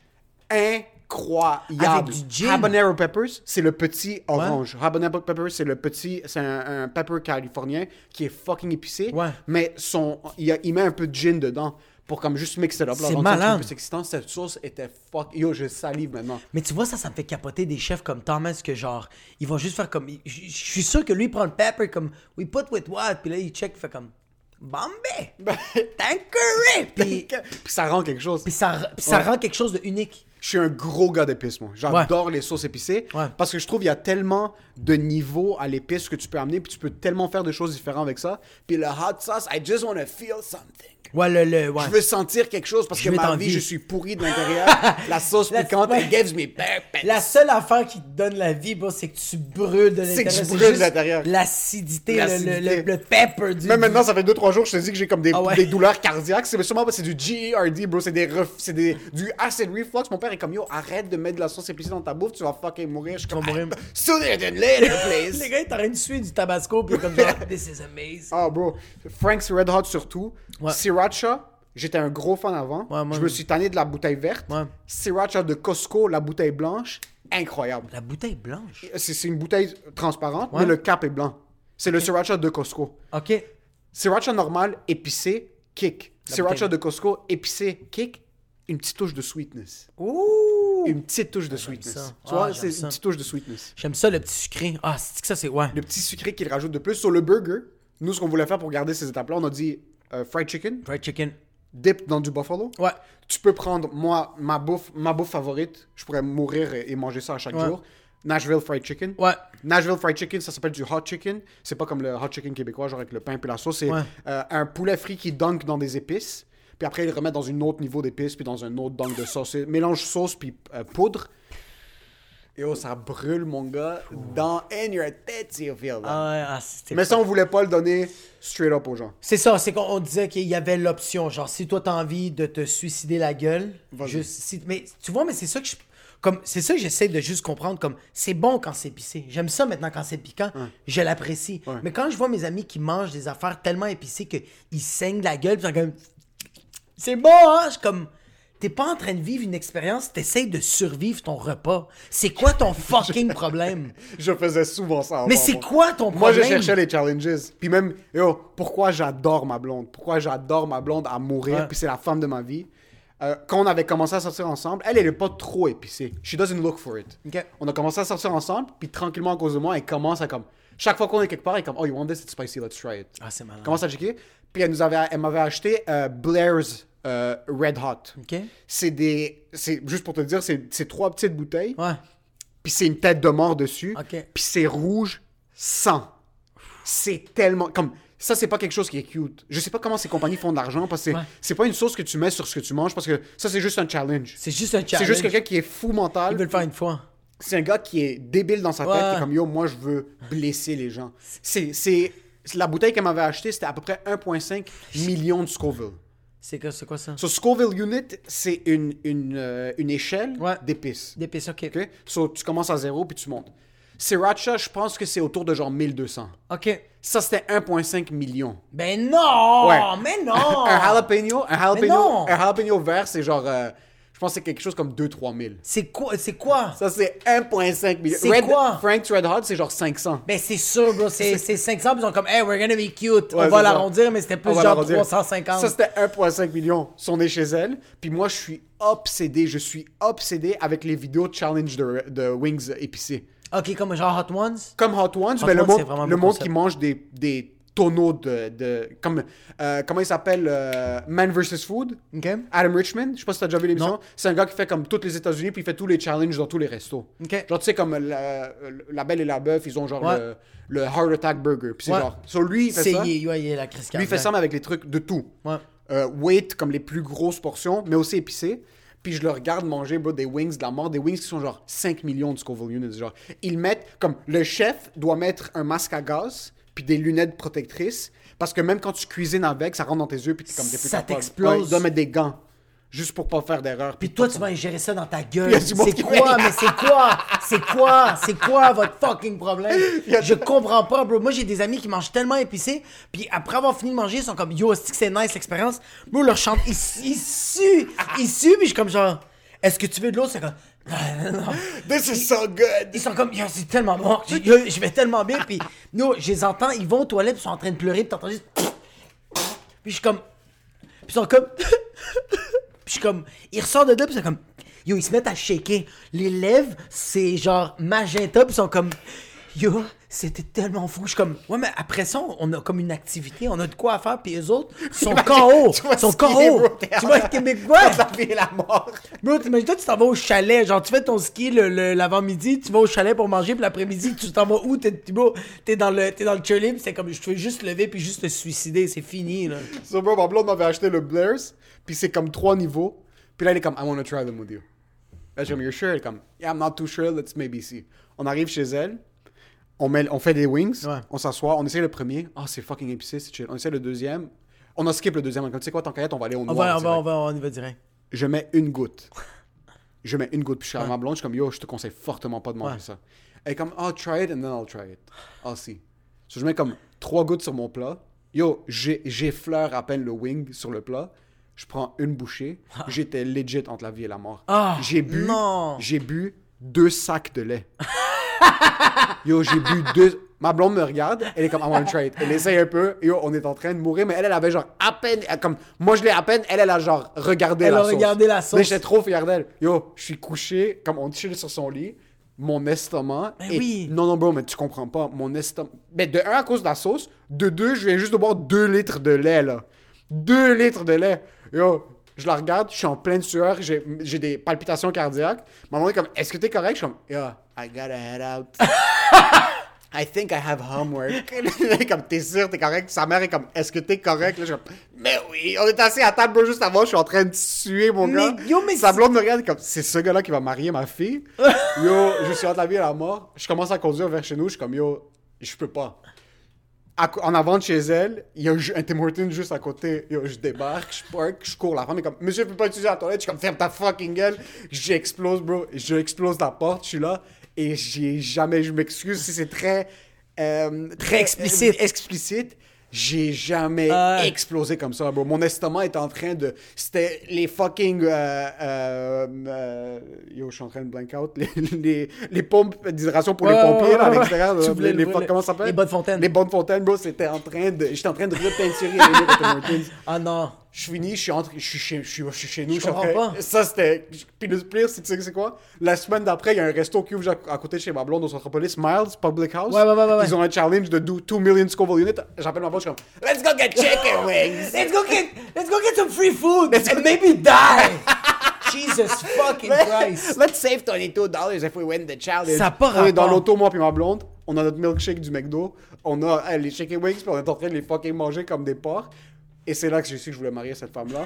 S2: incroyable.
S3: Avec du gin.
S2: Habanero peppers, c'est le petit orange. Habanero peppers, c'est le petit... C'est un, un pepper californien qui est fucking épicé.
S3: Ouais.
S2: Mais son, il, y a- il met un peu de gin dedans pour comme juste mix it up. là,
S3: C'est
S2: dans le sens
S3: malade.
S2: que C'est excitant. Cette sauce était fuck. Yo, je salive maintenant.
S3: Mais tu vois, ça, ça me fait capoter des chefs comme Thomas, que genre, ils vont juste faire comme. Je je suis sûr que lui, il prend le pepper comme We put with what? Puis là, il check, il fait comme Bombay! Tankery! Puis,
S2: Puis ça rend quelque chose.
S3: puis ça, puis ça rend quelque chose de unique.
S2: Je suis un gros gars d'épices, moi. J'adore les sauces épicées.
S3: Ouais.
S2: Parce que je trouve qu'il y a tellement de niveaux à l'épice que tu peux amener. Puis tu peux tellement faire des choses différentes avec ça. Puis le hot sauce, I just want to feel something.
S3: Ouais, le. le ouais.
S2: Je veux sentir quelque chose parce
S3: Je
S2: que
S3: veux
S2: ma
S3: t'en
S2: vie,
S3: vivre.
S2: je suis pourri de l'intérieur. la sauce
S3: La-
S2: piquante,
S3: ouais.
S2: it gives me purpose.
S3: La seule affaire qui te donne la vie, bro, c'est que tu brûles de l'intérieur.
S2: que je brûle de
S3: juste
S2: l'intérieur.
S3: L'acidité, le, le, le,
S2: L'acidité.
S3: le pepper du.
S2: Même maintenant, ça fait 2-3 jours que je te dis que j'ai comme des,
S3: Ah ouais.
S2: des douleurs cardiaques. C'est sûrement parce que c'est du GERD, bro. C'est des ref- c'est des- du acid reflux. Mon père est comme yo, arrête de mettre de la sauce épicée dans ta bouffe, tu vas fucking mourir. Je suis comme
S3: vas mourir.
S2: ah, sooner than later,
S3: Les
S2: please.
S3: gars, ils t'arrêtent de suer du tabasco, puis comme genre, This is amazing.
S2: Ah, bro. Frank's Red Hot surtout.
S3: Ouais.
S2: Sriracha, j'étais un gros fan avant.
S3: Ouais, moi,
S2: je me
S3: je-
S2: suis tanné de la bouteille verte.
S3: Ouais.
S2: Sriracha de Costco, la bouteille blanche, incroyable.
S3: La bouteille blanche.
S2: C'est c'est une bouteille transparente,
S3: Ouais.
S2: mais le cap est blanc. C'est le Sriracha de Costco.
S3: Ok.
S2: Sriracha normal, épicé, kick. Sriracha
S3: bouteille.
S2: de Costco, épicé, kick. Une petite touche de sweetness.
S3: Ouh!
S2: Une petite touche de sweetness.
S3: ça.
S2: Tu
S3: Ah,
S2: vois,
S3: j'aime
S2: c'est
S3: ça.
S2: une petite touche de sweetness.
S3: J'aime ça, le petit sucré. Ah, c'est que ça, c'est. Ouais.
S2: Le petit sucré qu'il rajoute de plus. Sur le burger, nous, ce qu'on voulait faire pour garder ces étapes-là, on a dit euh, fried chicken,
S3: Fried chicken.
S2: dip dans du buffalo.
S3: Ouais.
S2: Tu peux prendre, moi, ma bouffe, ma bouffe favorite. Je pourrais mourir et, et manger ça à chaque
S3: Ouais.
S2: jour. Nashville fried chicken.
S3: Ouais.
S2: Nashville fried chicken, ça s'appelle du hot chicken. C'est pas comme le hot chicken québécois, genre avec le pain puis la sauce. C'est
S3: Ouais.
S2: euh, un poulet frit qui dunk dans des épices. Puis après, ils le remettent dans un autre niveau d'épices, puis dans un autre dunk de sauce. C'est Mélange sauce puis euh, poudre. Et oh, ça brûle, mon gars. Dans In Your Tits, you feel that.
S3: Ah, ouais, ah, c'était-
S2: Mais ça, on voulait pas le donner straight up aux gens.
S3: C'est ça, c'est qu'on on disait qu'il y avait l'option. Genre, si toi, t'as envie de te suicider la gueule,
S2: Vas-y.
S3: juste. si- mais tu vois, mais c'est ça que je. Comme, c'est ça que j'essaie de juste comprendre. Comme, c'est bon quand c'est épicé. J'aime ça maintenant quand c'est piquant. Je l'apprécie. Mais quand je vois mes amis qui mangent des affaires tellement épicées qu'ils saignent de la gueule, pis ils sont comme. C'est bon, hein? Je suis comme. T'es pas en train de vivre une expérience, t'essayes de survivre ton repas. C'est quoi ton fucking problème?
S2: Je faisais souvent ça. avant,
S3: Mais c'est
S2: moi.
S3: quoi ton problème?
S2: Moi, je cherchais les challenges. Puis même, yo, pourquoi j'adore ma blonde? Pourquoi j'adore ma blonde à mourir?
S3: Ouais.
S2: Puis c'est la femme de ma vie. Euh, quand on avait commencé à sortir ensemble, elle, elle est pas trop épicée. She doesn't look for it.
S3: Ok.
S2: On a commencé à sortir ensemble, puis tranquillement, à cause de moi, elle commence à comme. Chaque fois qu'on est quelque part, elle est comme, oh, you want this? It's spicy, let's try it.
S3: Ah, c'est malin.
S2: commence à checker. Puis elle, nous avait- elle m'avait acheté euh, Blair's euh, Red Hot.
S3: Ok.
S2: C'est des. c'est- Juste pour te dire, c'est c'est trois petites bouteilles
S3: Ouais.
S2: puis c'est une tête de mort dessus,
S3: Ok.
S2: puis c'est rouge sang. C'est tellement comme ça, c'est pas quelque chose qui est cute. Je sais pas comment ces compagnies font de l'argent parce que c'est-
S3: Ouais.
S2: c'est pas une sauce que tu mets sur ce que tu manges parce que ça c'est juste un challenge.
S3: C'est juste un challenge.
S2: C'est juste quelqu'un qui est fou
S3: Il veut
S2: mental.
S3: le faire une fois.
S2: C'est un gars qui est débile dans sa tête,
S3: Ouais.
S2: qui est comme yo, moi je veux blesser les gens. C'est c'est- la bouteille qu'elle m'avait achetée, c'était à peu près 1,5 million de Scoville.
S3: C'est quoi, c'est quoi ça?
S2: So, Scoville Unit, c'est une, une, euh, une échelle
S3: Ouais.
S2: d'épices.
S3: D'épices, ok.
S2: OK? So, tu commences à zéro puis tu montes. Sriracha, je pense que c'est autour de genre 1200.
S3: Ok.
S2: Ça, c'était 1,5 million.
S3: Ben non!
S2: Ouais.
S3: Mais
S2: Un-
S3: non!
S2: Un jalapeno, un jalapeno,
S3: non!
S2: un jalapeno vert, c'est genre. euh, je pense que c'est quelque chose comme 2-3 000.
S3: C'est quoi? C'est quoi?
S2: Ça, c'est 1,5 million.
S3: C'est
S2: Red-
S3: quoi?
S2: Frank's Red Hot, c'est genre 500.
S3: Ben, c'est sûr, bro. C'est c'est 500, puis ils sont comme, hey, we're gonna be cute.
S2: Ouais,
S3: on va
S2: c'est ça.
S3: l'arrondir, mais c'était plus
S2: On va
S3: genre
S2: l'arrondir.
S3: 350.
S2: Ça, c'était 1,5 million. Son est chez elle. Puis moi, je suis obsédé. Je suis obsédé avec les vidéos challenge de, de Wings épicés.
S3: ok, comme genre Hot Ones.
S2: Comme Hot Ones,
S3: Hot
S2: mais le
S3: Ones, c'est vraiment
S2: monde,
S3: un
S2: le
S3: bon
S2: monde
S3: concept.
S2: qui mange des, des tonneaux de. de- comme, euh, comment il s'appelle euh, Man vs. Food
S3: Ok.
S2: Adam Richman, je sais pas si t'as déjà vu l'émission.
S3: Non.
S2: C'est un gars qui fait comme toutes les États-Unis, puis il fait tous les challenges dans tous les restos.
S3: Ok.
S2: Genre, tu sais, comme la, la Belle et la Bœuf, ils ont genre
S3: Ouais.
S2: le, le Heart Attack Burger. Puis c'est
S3: Ouais.
S2: genre. Sur lui, il fait
S3: C'est
S2: ça.
S3: il- ouais, il est la crise
S2: Lui, il fait
S3: cardiaque.
S2: ça, mais avec les trucs de tout.
S3: Ouais.
S2: Euh, weight, comme les plus grosses portions, mais aussi épicées. Puis je le regarde manger, bro, des wings de la mort, des wings qui sont genre 5 millions de Scoville Units. Genre, ils mettent, comme le chef doit mettre un masque à gaz, puis des lunettes protectrices, parce que même quand tu cuisines avec, ça rentre dans tes yeux, puis t'es comme t'es plus
S3: Ça
S2: capable.
S3: t'explose.
S2: Ouais, ils doivent mettre des gants, juste pour pas faire d'erreur.
S3: Puis toi, tu vas ingérer ça dans ta
S2: Il y a
S3: gueule.
S2: du monde
S3: C'est
S2: qui
S3: quoi,
S2: fait-
S3: mais c'est quoi? C'est quoi? C'est quoi votre fucking problème?
S2: Il y a-
S3: Je comprends pas, bro. Moi, j'ai des amis qui mangent tellement épicé, puis après avoir fini de manger, ils sont comme, yo, c'est que c'est nice l'expérience. Bro, leur chante, ils, ils suent, ils suent, puis je suis comme genre, est-ce que tu veux de l'eau? C'est comme, non, non, non.
S2: This is so good!
S3: Ils sont comme, yo, c'est tellement bon, je, yo, je vais tellement bien, puis yo, je les entends, ils vont aux toilettes, puis ils sont en train de pleurer, puis t'entends juste, puis je suis comme, puis ils sont comme, puis je suis comme, ils ressortent de là, puis ils sont comme, yo, ils se mettent à shaker. Les lèvres, c'est genre magenta, puis ils sont comme, yo, c'était tellement fou. Je suis comme, ouais, mais après ça, on a comme une activité, on a de quoi à faire, puis eux autres, ils sont KO,
S2: Tu vois
S3: ils sont
S2: ce qu'il est,
S3: KO.
S2: bro, t'es
S3: Tu
S2: en-
S3: vois, les Québécois,
S2: Dans La vie et la mort!
S3: Bro, t'imagines-toi, tu t'en vas au chalet, genre tu fais ton ski le- le- l'avant-midi, tu vas au chalet pour manger, puis l'après-midi, tu t'en vas où? T'es bro, t'es dans le t'es dans le cheerleading, c'est comme je veux juste lever puis juste te suicider, c'est fini là.
S2: So, bro, ma blonde m'avait acheté le Blair's, puis c'est comme trois niveaux. Puis là, elle est comme, I want to try them with you. Là, je suis comme, you're sure? Elle est comme, yeah, I'm not too sure, let's maybe see. On arrive chez elle, on, met, on fait des wings,
S3: Ouais.
S2: on s'assoit, on essaie le premier. Oh, c'est fucking épicé, c'est chill. On essaie le deuxième. On a skip le deuxième. On est comme, tu sais quoi, tant qu'à y être, on va aller au
S3: On
S2: noir.
S3: va, on va,
S2: direct.
S3: on va, on y va direct.
S2: Je mets une goutte. Je mets une goutte, puis je suis à ma blonde, je suis comme, yo, je te conseille fortement pas de manger
S3: Ouais.
S2: ça. Elle est comme, oh, try it and then I'll try it. I'll see. So, je mets comme trois gouttes sur mon plat. Yo, j'ai- j'effleure à peine le wing sur le plat. Je prends une bouchée. J'étais legit entre la vie et la mort.
S3: Ah,
S2: j'ai bu,
S3: non.
S2: j'ai bu deux sacs de lait. Yo, j'ai bu deux. Ma blonde me regarde, elle est comme, I want to try it. Elle essaye un peu, yo, on est en train de mourir, mais elle, elle avait genre à peine, elle, comme, moi je l'ai à peine, elle, elle a genre regardé
S3: Elle
S2: la
S3: a
S2: sauce.
S3: regardé la sauce.
S2: Mais j'étais trop fier d'elle. Yo, je suis couché, comme on chill sur son lit, mon estomac.
S3: Ben
S2: est-
S3: oui.
S2: Non, non, bro, mais tu comprends pas, mon estomac. Mais de un, à cause de la sauce, de deux, je viens juste de boire deux litres de lait, là. Deux litres de lait. Yo, je la regarde, je suis en pleine sueur, j'ai j'ai des palpitations cardiaques. Ma maman est comme, est-ce que t'es correct? Je suis comme, yo, I gotta head out. I think I have homework. comme t'es sûr, t'es correct. Sa mère est comme, est-ce que t'es correct? Là, je suis comme, mais oui, on est assis à table bro, juste avant, je suis en train de suer mon
S3: Mais
S2: gars.
S3: yo, mais
S2: Sa
S3: c'est-
S2: blonde me regarde comme, c'est ce gars-là qui va marier ma fille. yo, je suis entre la vie et la mort. Je commence à conduire vers chez nous, je suis comme, yo, je peux pas. À co- en avant de chez elle, il y a un ju- un Tim Hortons juste à côté. Yo, je débarque, je park, je cours. La femme est comme, monsieur, je peux pas utiliser la toilette. Je suis comme, ferme ta fucking gueule. J'explose, bro. J'explose la porte. Je suis là. Et j'ai jamais, je m'excuse si c'est très. euh,
S3: Très explicite.
S2: euh, explicite. J'ai jamais
S3: Ah.
S2: explosé comme ça, bro. Mon estomac est en train de. C'était les fucking. euh, euh, euh, yo, je suis en train de blank out. Les, les, les pompes d'hydratation pour les
S3: Ouais,
S2: pompiers,
S3: ouais,
S2: là, à
S3: ouais,
S2: l'extérieur.
S3: ouais.
S2: là.
S3: Tu voulais
S2: Les, les,
S3: le-
S2: fo- comment ça s'appelle
S3: les bonnes fontaines.
S2: Les bonne fontaine, bro, c'était en train de. J'étais en train de repeinturer les murs de Tim Hortons.
S3: Ah non.
S2: Je finis, je suis entre- je suis chez, je suis, je suis chez nous. Je suis en
S3: comprends
S2: train-
S3: pas.
S2: Ça, c'était. Puis le pire, c'est tu sais que c'est quoi La semaine d'après, il y a un resto qui ouvre à, à côté de chez ma blonde au Centropolis, Miles, Public House.
S3: Ouais, ouais, ouais, ouais, ouais.
S2: Ils ont un challenge de 2 million Scoville units. J'appelle ma blonde, je suis comme Let's go get chicken wings
S3: Let's go get let's go get some free food and maybe die. Jesus fucking Christ.
S2: Let's save 22 dollars if we win the challenge.
S3: Ça a pas
S2: On est dans
S3: rapport.
S2: l'auto, moi puis ma blonde. On a notre milkshake du McDo. On a hey, les chicken wings, puis on est en train de les fucking manger comme des porcs. Et c'est là que j'ai su que je voulais marier cette femme-là.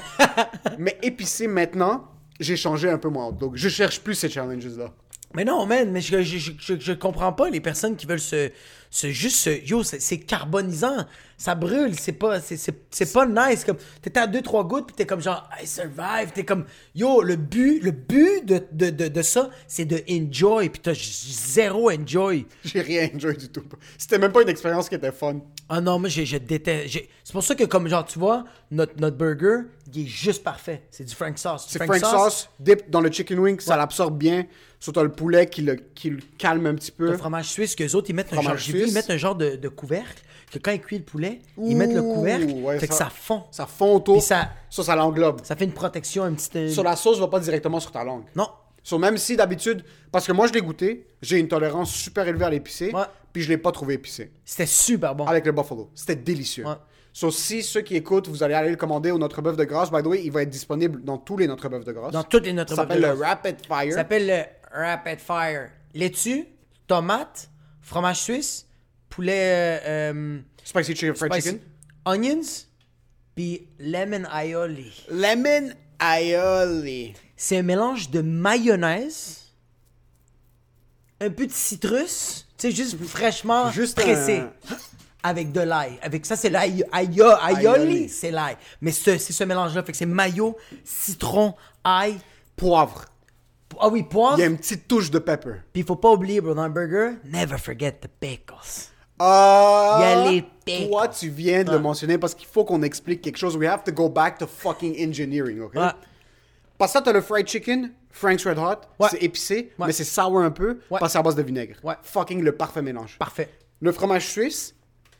S2: mais épicé maintenant, j'ai changé un peu mon outlook. Je cherche plus ces challenges-là.
S3: Mais non, man, mais je, je, je, je- je comprends pas les personnes qui veulent se, ce juste ce- yo, c'est, c'est carbonisant, ça brûle, c'est pas, c'est, c'est, c'est pas nice. Comme, t'étais à deux, trois gouttes, puis t'es comme genre, I survive, t'es comme, yo, le but, le but de, de, de, de ça, c'est de enjoy, puis t'as zéro enjoy.
S2: J'ai rien enjoy du tout. C'était même pas une expérience qui était fun.
S3: Ah non, moi, je, je déteste. j'ai- C'est pour ça que, comme genre, tu vois, notre, notre burger, il est juste parfait. C'est du Frank Sauce. Du
S2: C'est Frank sauce, dip dans le chicken wing, ça l'absorbe bien. Sur t'as le poulet qui le, qui le calme un petit peu.
S3: Le fromage suisse, qu'eux autres, ils mettent un
S2: Fromage
S3: genre, j'ai vu, ils
S2: suisse.
S3: mettent un genre de, de couvercle, que quand ils cuisent le poulet, ils mettent le
S2: Ouh,
S3: couvercle,
S2: ouais,
S3: fait que ça fond.
S2: Ça fond autour.
S3: Puis
S2: Ça,
S3: ça-
S2: ça, l'englobe.
S3: Ça fait une protection, un petit...
S2: Sur la sauce, va pas directement sur ta langue.
S3: Non.
S2: Sur même si d'habitude, parce que moi je l'ai goûté, j'ai une tolérance super élevée à l'épicé,
S3: Ouais.
S2: puis je l'ai pas trouvé épicé.
S3: C'était super bon.
S2: Avec le buffalo, c'était délicieux.
S3: Ouais.
S2: So, si ceux qui écoutent, vous allez aller le commander au Notre Bœuf de Grâce, by the way, il va être disponible dans tous les Notre Bœuf de Grâce.
S3: Dans toutes les Notre
S2: Ça
S3: Bœuf de
S2: s'appelle le
S3: Grâce.
S2: Rapid Fire.
S3: Ça s'appelle le Rapid Fire. Laitue, tomate, fromage suisse, poulet... euh, euh,
S2: Spicy chicken, fried
S3: spicy-
S2: chicken.
S3: Onions, puis lemon aioli.
S2: Lemon aioli.
S3: C'est un mélange de mayonnaise, un peu de citrus, tu sais, juste fraîchement
S2: Juste
S3: pressé.
S2: un-
S3: Avec de l'ail. Avec ça, c'est l'ail. aïa-
S2: Aioli.
S3: Aioli, c'est l'ail. Mais ce- c'est ce mélange-là. Fait que c'est mayo, citron, ail.
S2: Poivre.
S3: Ah oui, poivre.
S2: Il y a une petite touche de pepper.
S3: Puis faut pas oublier, bro, dans un burger, never forget the pickles.
S2: Ah,
S3: Il y a les pics.
S2: Toi, tu viens de le mentionner parce qu'il faut qu'on explique quelque chose. We have to go back to fucking engineering, ok?
S3: Ouais.
S2: Parce que ça, t'as le fried chicken, Frank's Red Hot,
S3: Ouais.
S2: c'est épicé,
S3: Ouais.
S2: mais c'est sour un peu,
S3: Ouais.
S2: parce que c'est à base de vinaigre.
S3: Ouais.
S2: Fucking le parfait mélange.
S3: Parfait.
S2: Le fromage suisse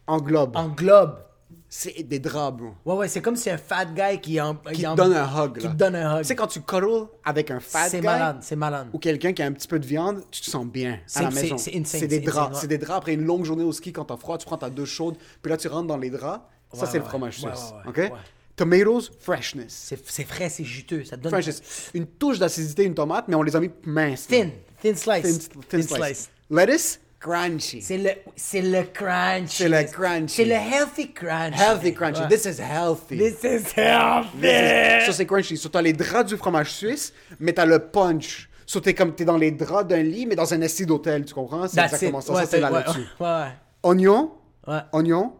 S2: englobe.
S3: En globe.
S2: C'est des draps, bro.
S3: Ouais, ouais, c'est comme si un fat guy qui en.
S2: Qui
S3: en-
S2: te donne un hug,
S3: Qui
S2: là.
S3: te donne un hug.
S2: Tu sais, quand tu cuddles avec un fat
S3: C'est
S2: guy
S3: malade, c'est malade.
S2: ou quelqu'un qui a un petit peu de viande, tu te sens bien à la
S3: C'est-
S2: maison.
S3: c'est- c'est insane,
S2: des
S3: c'est
S2: draps.
S3: insane, ouais.
S2: C'est des draps. Après une longue journée au ski, quand t'as froid, tu prends ta douche chaude, puis là, tu rentres dans les draps. ça,
S3: Ouais,
S2: c'est le
S3: ouais,
S2: fromage
S3: ouais,
S2: suisse,
S3: ouais, ouais,
S2: OK?
S3: ouais.
S2: Tomatoes, freshness.
S3: C'est c'est frais, c'est juteux. Ça te donne.
S2: Freshness. Une touche d'acidité, une tomate, mais on les a mis minces. là.
S3: Thin. Thin slice.
S2: Thin, thin slice. Lettuce, crunchy.
S3: C'est le, c'est le crunch.
S2: C'est le crunchy.
S3: C'est le healthy crunch.
S2: Healthy crunchy.
S3: Ouais.
S2: This is healthy.
S3: This is healthy.
S2: Ça, c'est crunchy. So, t'as les draps du fromage suisse, mais t'as le punch. So, t'es comme, t'es dans les draps d'un lit, mais dans un assis d'hôtel, tu comprends? C'est
S3: That's
S2: exactement
S3: it.
S2: ça.
S3: Ouais,
S2: ça, c'est la
S3: ouais,
S2: là-dessus.
S3: ouais,
S2: Oignon,
S3: ouais, ouais.
S2: oignon,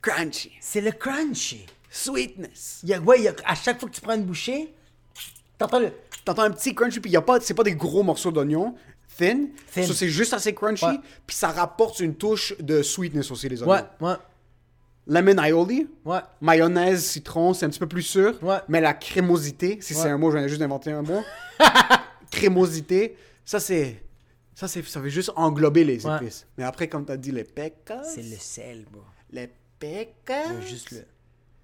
S2: crunchy.
S3: C'est le crunchy.
S2: Sweetness.
S3: Il y a- ouais, il y a- à chaque fois que tu prends une bouchée, t'entends le.
S2: T'entends un petit crunchy, puis y a pas, c'est pas des gros morceaux d'oignon. Thin.
S3: Thin.
S2: So, c'est juste assez crunchy,
S3: Ouais.
S2: puis ça rapporte une touche de sweetness aussi, les oignons.
S3: Ouais, ouais,
S2: Lemon aioli.
S3: ouais.
S2: Mayonnaise, citron, c'est un petit peu plus sûr.
S3: Ouais.
S2: Mais la crémosité, si c'est
S3: Ouais.
S2: un mot, j'en ai juste inventé un mot. crémosité, ça c'est. Ça, c'est, ça veut juste englober les
S3: Ouais.
S2: épices. Mais après, comme tu as dit, les pecas,
S3: C'est le sel, bro.
S2: les pecas,
S3: Juste le.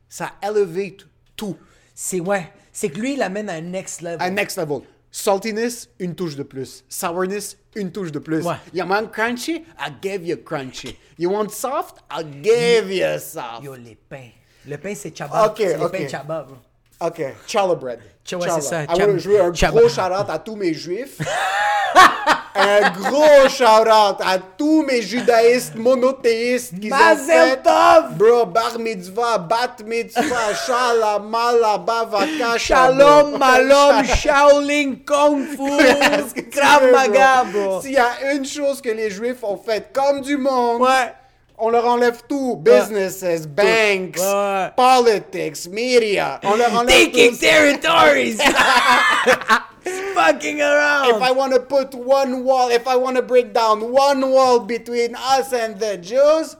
S2: ça elevate tout.
S3: C'est ouais. C'est que lui, il amène à un next level.
S2: À next level. Saltiness, une touche de plus. Sourness, une touche de plus.
S3: Ouais.
S2: You want crunchy? I give you crunchy. You want soft? I give you soft.
S3: Yo, les pains. Le pain, c'est chaba.
S2: Ok,
S3: c'est
S2: ok.
S3: Les pains chaba, bro.
S2: Ok, Challah bread.
S3: Ch- ouais,
S2: Challah.
S3: c'est ça,
S2: Ah, ouais,
S3: chab-
S2: je veux un
S3: chab-
S2: gros shout-out à tous mes juifs. un gros shout-out à tous mes judaïstes monothéistes qui ont
S3: Mazel
S2: fait...
S3: tov!
S2: Bro, bar mitzvah, bat mitzvah, shala, mala, bavaka,
S3: Shalom, malom, Shaolin, Kung Fu, Krav Maga, bro.
S2: S'il y a une chose que les juifs ont faite comme du monde...
S3: Ouais.
S2: On leur enlève tout. Businesses, banks,
S3: Ouais.
S2: politics, media. On leur enlève tout.
S3: Taking
S2: ça.
S3: territories! fucking
S2: If
S3: around!
S2: I want to put one wall, if I want to break down one wall between us and the Jews,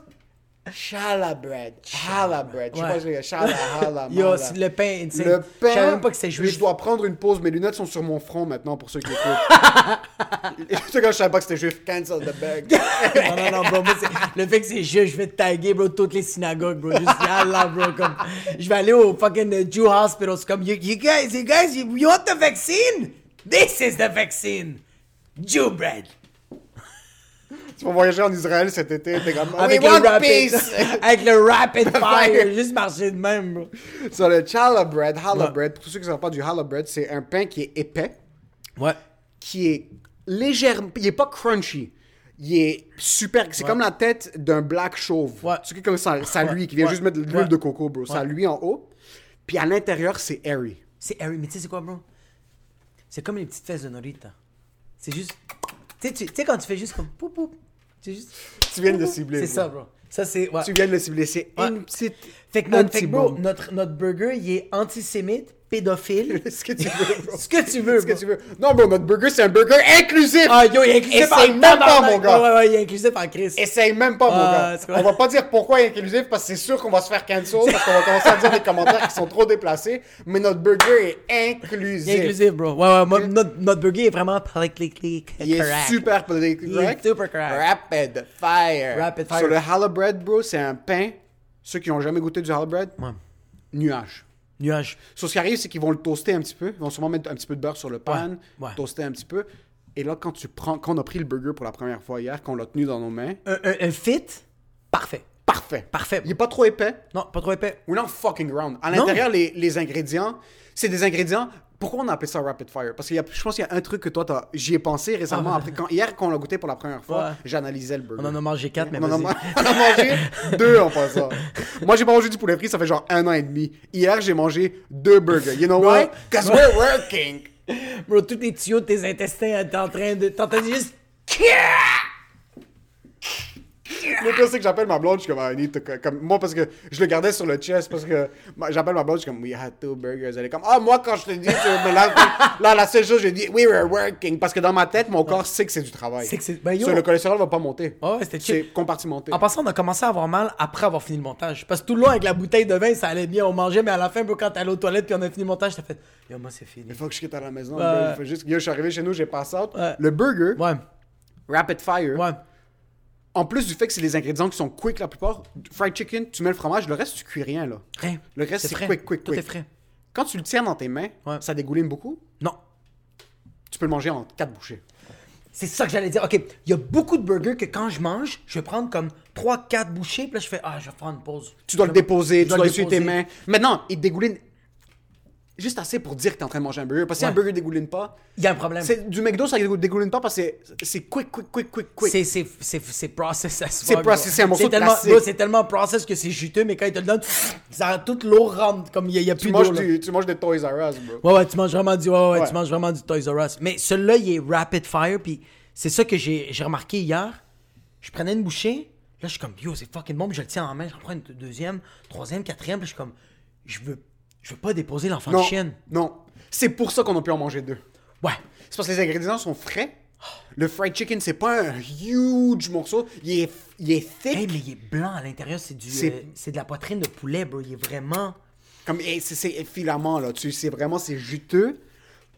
S2: shala bread, challah bread. Je sais pas
S3: Ouais.
S2: si c'est challah, hallah,
S3: Yo,
S2: mallah.
S3: c'est- le pain, est insane.
S2: Le pain.
S3: Je savais même pas que c'était
S2: Je
S3: juif.
S2: dois prendre une pause. Mes lunettes sont sur mon front maintenant pour ceux qui écoutent. C'est quand je savais pas que c'était juif. Cancel the bag.
S3: non, non, non, bro. moi, c'est- le fait que c'est juif, je vais te taguer, bro, toutes les synagogues, bro. Juste, yallah, bro. Comme, je vais aller au fucking euh, Jew Hospital. C'est comme, you, you guys, you guys, you, you want the vaccine? This is the vaccine. Jew bread.
S2: tu vas voyager en Israël cet été. T'es comme,
S3: Ah, Avec
S2: we
S3: le
S2: want
S3: rapid,
S2: peace.
S3: avec le rapid fire. Juste marcher de même, bro.
S2: Sur le challah bread, hallah
S3: Ouais.
S2: bread. Pour tous ceux qui ne savent pas du hallah bread, c'est un pain qui est épais.
S3: Ouais.
S2: qui est légèrement. Il est pas crunchy. Il est super. C'est comme la tête d'un black chauve.
S3: Ouais.
S2: Tu sais, comme ça, ça lui,
S3: Ouais.
S2: qui vient
S3: Ouais.
S2: juste mettre de l'huile
S3: Ouais.
S2: de coco, bro. Ça
S3: Ouais.
S2: lui en haut. Puis à l'intérieur, c'est airy.
S3: C'est Harry, mais tu sais c'est quoi, bro? C'est comme les petites fesses de Norita. C'est juste... Tu sais, tu- tu sais quand tu fais juste comme... Poup, poup. C'est juste.
S2: Tu viens de le cibler.
S3: C'est
S2: bro.
S3: ça, bro. Ça, c'est. ouais.
S2: Tu viens de le cibler. C'est
S3: Ouais.
S2: une petite.
S3: Fait que,
S2: un
S3: notre,
S2: petit
S3: fait que, bro,
S2: bombe.
S3: notre, notre burger, il est antisémite, pédophile.
S2: Ce que tu veux, bro.
S3: Ce que tu veux,
S2: Ce que
S3: bro.
S2: tu veux. Non, bro, notre burger, c'est un burger inclusif.
S3: Ah, yo, il est inclusif
S2: Essaye
S3: en
S2: même pas,
S3: tabarnak.
S2: mon gars.
S3: Ouais, ouais, ouais, il est inclusif en Christ.
S2: Essaye même pas, mon
S3: Ah,
S2: gars.
S3: c'est vrai.
S2: On va pas dire pourquoi il est inclusif parce que c'est sûr qu'on va se faire cancel parce qu'on va commencer à dire des commentaires qui sont trop déplacés. Mais notre burger est inclusif.
S3: Il est inclusif, bro. Ouais, ouais, moi, notre, notre burger est vraiment politically correct.
S2: Il est super
S3: Il
S2: politically
S3: est
S2: correct.
S3: super correct.
S2: Rapid fire.
S3: Rapid fire.
S2: Sur le Halla Bread, bro, c'est un pain. Ceux qui n'ont jamais goûté du Halla Bread,
S3: Ouais.
S2: nuage.
S3: Nuage.
S2: Sur ce qui arrive, c'est qu'ils vont le toaster un petit peu. Ils vont sûrement mettre un petit peu de beurre sur le pan,
S3: ouais.
S2: toaster un petit peu. Et là, quand tu prends, quand on a pris le burger pour la première fois hier, qu'on l'a tenu dans nos mains,
S3: Un, un- un fit, parfait.
S2: parfait.
S3: Parfait.
S2: Il est pas trop épais.
S3: Non, pas trop épais.
S2: We're not fucking around. À
S3: Non.
S2: l'intérieur, les, les ingrédients, c'est des ingrédients. Pourquoi on a appelé ça rapid fire? Parce que je pense qu'il y a un truc que toi, t'as- j'y ai pensé récemment. Après, quand, hier, quand on l'a goûté pour la première fois,
S3: Ah. Ouais.
S2: j'analysais le burger.
S3: On en a mangé quatre, mais
S2: On en a,
S3: vas-y.
S2: ma- on a mangé deux en passant. Moi, j'ai pas mangé du poulet frit, ça fait genre un an et demi. Hier, j'ai mangé deux burgers. You know why?
S3: Ouais.
S2: Because we're working.
S3: Bro, tous les tuyaux de tes intestins, t'es en train de. T'entends juste.
S2: Le pire, c'est que j'appelle ma blonde, je suis comme, I need to co- comme, moi, parce que je le gardais sur le chest, parce que ma- j'appelle ma blonde, je suis comme, we had two burgers. Elle est comme, ah, moi, quand je te dis, tu me laves- là, la seule chose, je dis, we were working, parce que dans ma tête, mon corps sait que c'est du travail.
S3: C'est que c'est- ben, yo. Ah
S2: So, le cholestérol va pas monter.
S3: Ouais, ouais, c'était chill.
S2: C'est compartimenté.
S3: En passant, on a commencé à avoir mal après avoir fini le montage. Parce que tout le long, avec la bouteille de vin, ça allait bien, on mangeait, mais à la fin, bro, quand t'allais aux toilettes puis on a fini le montage, t'as fait. Yo, moi, c'est fini.
S2: Il faut que je quitte à la maison.
S3: Ouais.
S2: bro. Il faut juste, yo, je suis arrivé chez nous, j'ai pass out.
S3: Ouais.
S2: Le burger,
S3: Ouais,
S2: rapid fire,
S3: ouais.
S2: en plus du fait que c'est des ingrédients qui sont quick la plupart, fried chicken, tu mets le fromage, le reste, tu cuis rien, là.
S3: Rien.
S2: Le reste, c'est
S3: Hein, frais.
S2: quick, quick,
S3: Tout
S2: quick.
S3: est frais.
S2: Quand tu le tiens dans tes mains,
S3: Ouais.
S2: ça dégouline beaucoup.
S3: Non.
S2: Tu peux le manger en quatre bouchées.
S3: C'est ça que j'allais dire. OK, il y a beaucoup de burgers que quand je mange, je vais prendre comme 3-4 bouchées, puis là, je fais Ah, je vais prendre une pause.
S2: Tu dois le déposer, tu
S3: dois
S2: dois,
S3: le
S2: essuyer tes
S3: déposer.
S2: mains. Maintenant, il dégouline juste assez pour dire que t'es en train de manger un burger. Parce que si
S3: Ouais.
S2: un burger dégouline pas,
S3: Il y a un problème. C'est
S2: c'est du McDo, ça dégou- dégouline pas parce que c'est- c'est quick, quick, quick, quick, quick.
S3: c'est- c'est- c'est process as fuck,
S2: C'est
S3: bro.
S2: process, c'est un morceau de
S3: tellement,
S2: plastique.
S3: bro, C'est tellement process que c'est juteux, mais quand ils te le donnent, ça, toute l'eau rentre, comme il n'y a,
S2: Tu
S3: plus d'eau.
S2: manges,
S3: là.
S2: du, tu manges des Toys R Us, bro.
S3: Ouais, ouais, tu manges vraiment du, ouais, ouais,
S2: Ouais.
S3: tu manges vraiment du Toys R Us. Mais celui-là, il est rapid fire, puis c'est ça que j'ai j'ai remarqué hier. Je prenais une bouchée, là, je suis comme, yo, c'est fucking bon, puis je le tiens en main, j'en prends une deuxième, troisième, quatrième, puis je suis comme, je veux, je veux pas déposer l'enfant de
S2: Non,
S3: chienne.
S2: non. C'est pour ça qu'on a pu en manger deux.
S3: Ouais.
S2: C'est parce que les ingrédients sont frais. Le fried chicken, c'est pas un huge morceau. Il est, il est thick.
S3: Hey, mais il est blanc à l'intérieur, c'est du,
S2: C'est-
S3: euh, c'est de la poitrine de poulet, bro, il est vraiment.
S2: Comme, et c'est- c'est filament, là. Tu sais, vraiment, c'est juteux.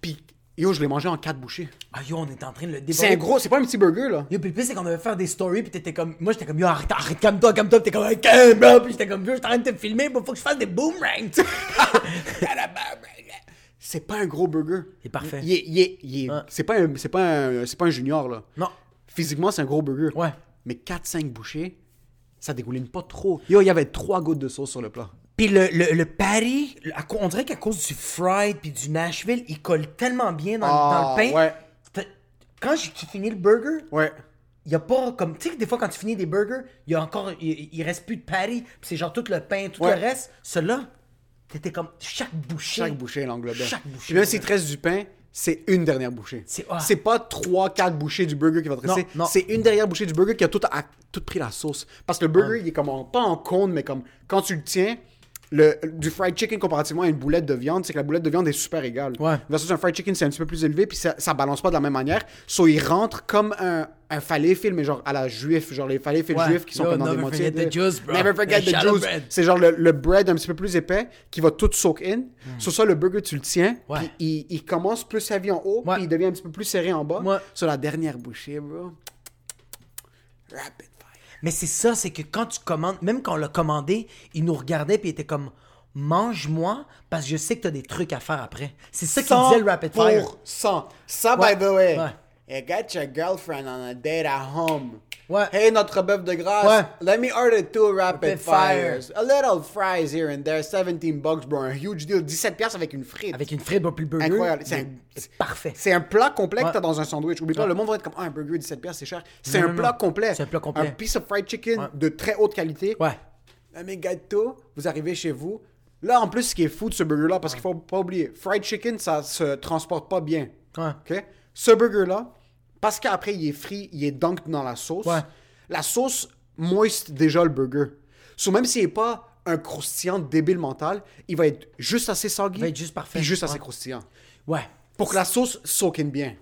S2: Puis, yo, je l'ai mangé en quatre bouchées.
S3: Ah yo, on est en train de le
S2: C'est un
S3: déborder.
S2: gros, c'est pas un petit burger, là.
S3: Yo, puis le pire, c'est qu'on devait faire des stories, puis t'étais comme. Moi, j'étais comme, yo, arrête, arrête, calme-toi, calme-toi, puis t'es comme, ok, bro, puis j'étais comme, yo, je suis en train de te filmer, bro, faut que je fasse des boomerangs.
S2: C'est pas un gros burger.
S3: Il est parfait.
S2: Il est- il est- il est-
S3: Ouais.
S2: C'est pas, un- c'est pas, un- c'est pas un junior, là.
S3: non.
S2: Physiquement, c'est un gros burger.
S3: Ouais.
S2: Mais 4-5 bouchées, ça dégouline pas trop. Yo, il y avait 3 gouttes de sauce sur le plat.
S3: Puis le, le, le patty, le- à co- on dirait qu'à cause du fried puis du Nashville, il colle tellement bien dans,
S2: Ah,
S3: dans le pain.
S2: ouais.
S3: Fait- Quand j'ai tu finis le burger,
S2: Ouais.
S3: il y a pas comme tu sais que des fois quand tu finis des burgers, il y a encore il, il reste plus de patty, puis c'est genre tout le pain, tout
S2: Ouais.
S3: le reste. Celui-là, t'étais comme chaque bouchée.
S2: Chaque bouchée l'englobait.
S3: Chaque bouchée.
S2: Puis là, s'il te reste du pain, c'est une dernière bouchée.
S3: C'est- ah.
S2: C'est pas 3-4 bouchées du burger qui va te
S3: Non,
S2: rester.
S3: non.
S2: C'est une dernière bouchée du burger qui a tout, à- tout pris la sauce. Parce que le
S3: Ah.
S2: burger, il est comme en- pas en cône, mais comme quand tu le tiens. Le, du fried chicken comparativement à une boulette de viande, c'est que la boulette de viande est super égale.
S3: Ouais.
S2: Versus un fried chicken, c'est un petit peu plus élevé, puis ça, ça balance pas de la même manière. So, il rentre comme un, un falafel, mais genre à la juif, genre les falafels
S3: Ouais.
S2: juifs qui sont
S3: Yo,
S2: comme dans des
S3: never
S2: moitiés.
S3: forget
S2: de-
S3: the juice, bro.
S2: Never forget
S3: The
S2: the
S3: shallow
S2: juice.
S3: bread.
S2: C'est genre le, le bread un petit peu plus épais qui va tout soak in. Sur ça, le burger, tu le tiens.
S3: Hmm. Ouais.
S2: Puis il, il commence plus sa vie en haut,
S3: Ouais.
S2: puis il devient un petit peu plus serré en bas.
S3: Ouais.
S2: Sur la dernière bouchée, bro. Rapid fire.
S3: Mais c'est ça, c'est que quand tu commandes, même quand on l'a commandé, il nous regardait puis il était comme mange-moi parce que je sais que t'as des trucs à faire après. C'est ça qu'il disait le rapid fire.
S2: Pour 100. Ça,
S3: Ouais.
S2: by the way.
S3: Ouais.
S2: You got your girlfriend on a date at home.
S3: Ouais.
S2: Hey, notre bœuf de grâce.
S3: Ouais.
S2: Let me order two rapid
S3: Rapid fires.
S2: fires. A little fries here and there. 17 bucks, bro. Un huge deal. 17 piastres avec une frite.
S3: Avec une frite, puis le burger.
S2: Incroyable. C'est un-
S3: c'est parfait.
S2: C'est un plat complet
S3: Ouais.
S2: que t'as dans un sandwich. Oublie pas, le monde va être comme ah, un burger 17 pièces, c'est cher. C'est
S3: Non,
S2: un
S3: non,
S2: plat
S3: non.
S2: complet.
S3: C'est un plat complet.
S2: Un piece of fried chicken
S3: Ouais.
S2: de très haute qualité.
S3: Ouais.
S2: Un méga gâteau, vous arrivez chez vous. Là, en plus, ce qui est fou de ce burger-là, parce qu'il faut pas oublier, fried chicken, ça se transporte pas bien.
S3: Ouais.
S2: OK? Ce burger-là, parce qu'après, il est frit, il est dunked dans la sauce.
S3: Ouais.
S2: la sauce moist déjà le burger. So, même s'il n'est pas un croustillant débile mental, il va être juste assez soggy.
S3: Il va être juste parfait.
S2: Puis juste assez
S3: Ouais.
S2: croustillant.
S3: Ouais.
S2: Pour que la sauce soak in bien.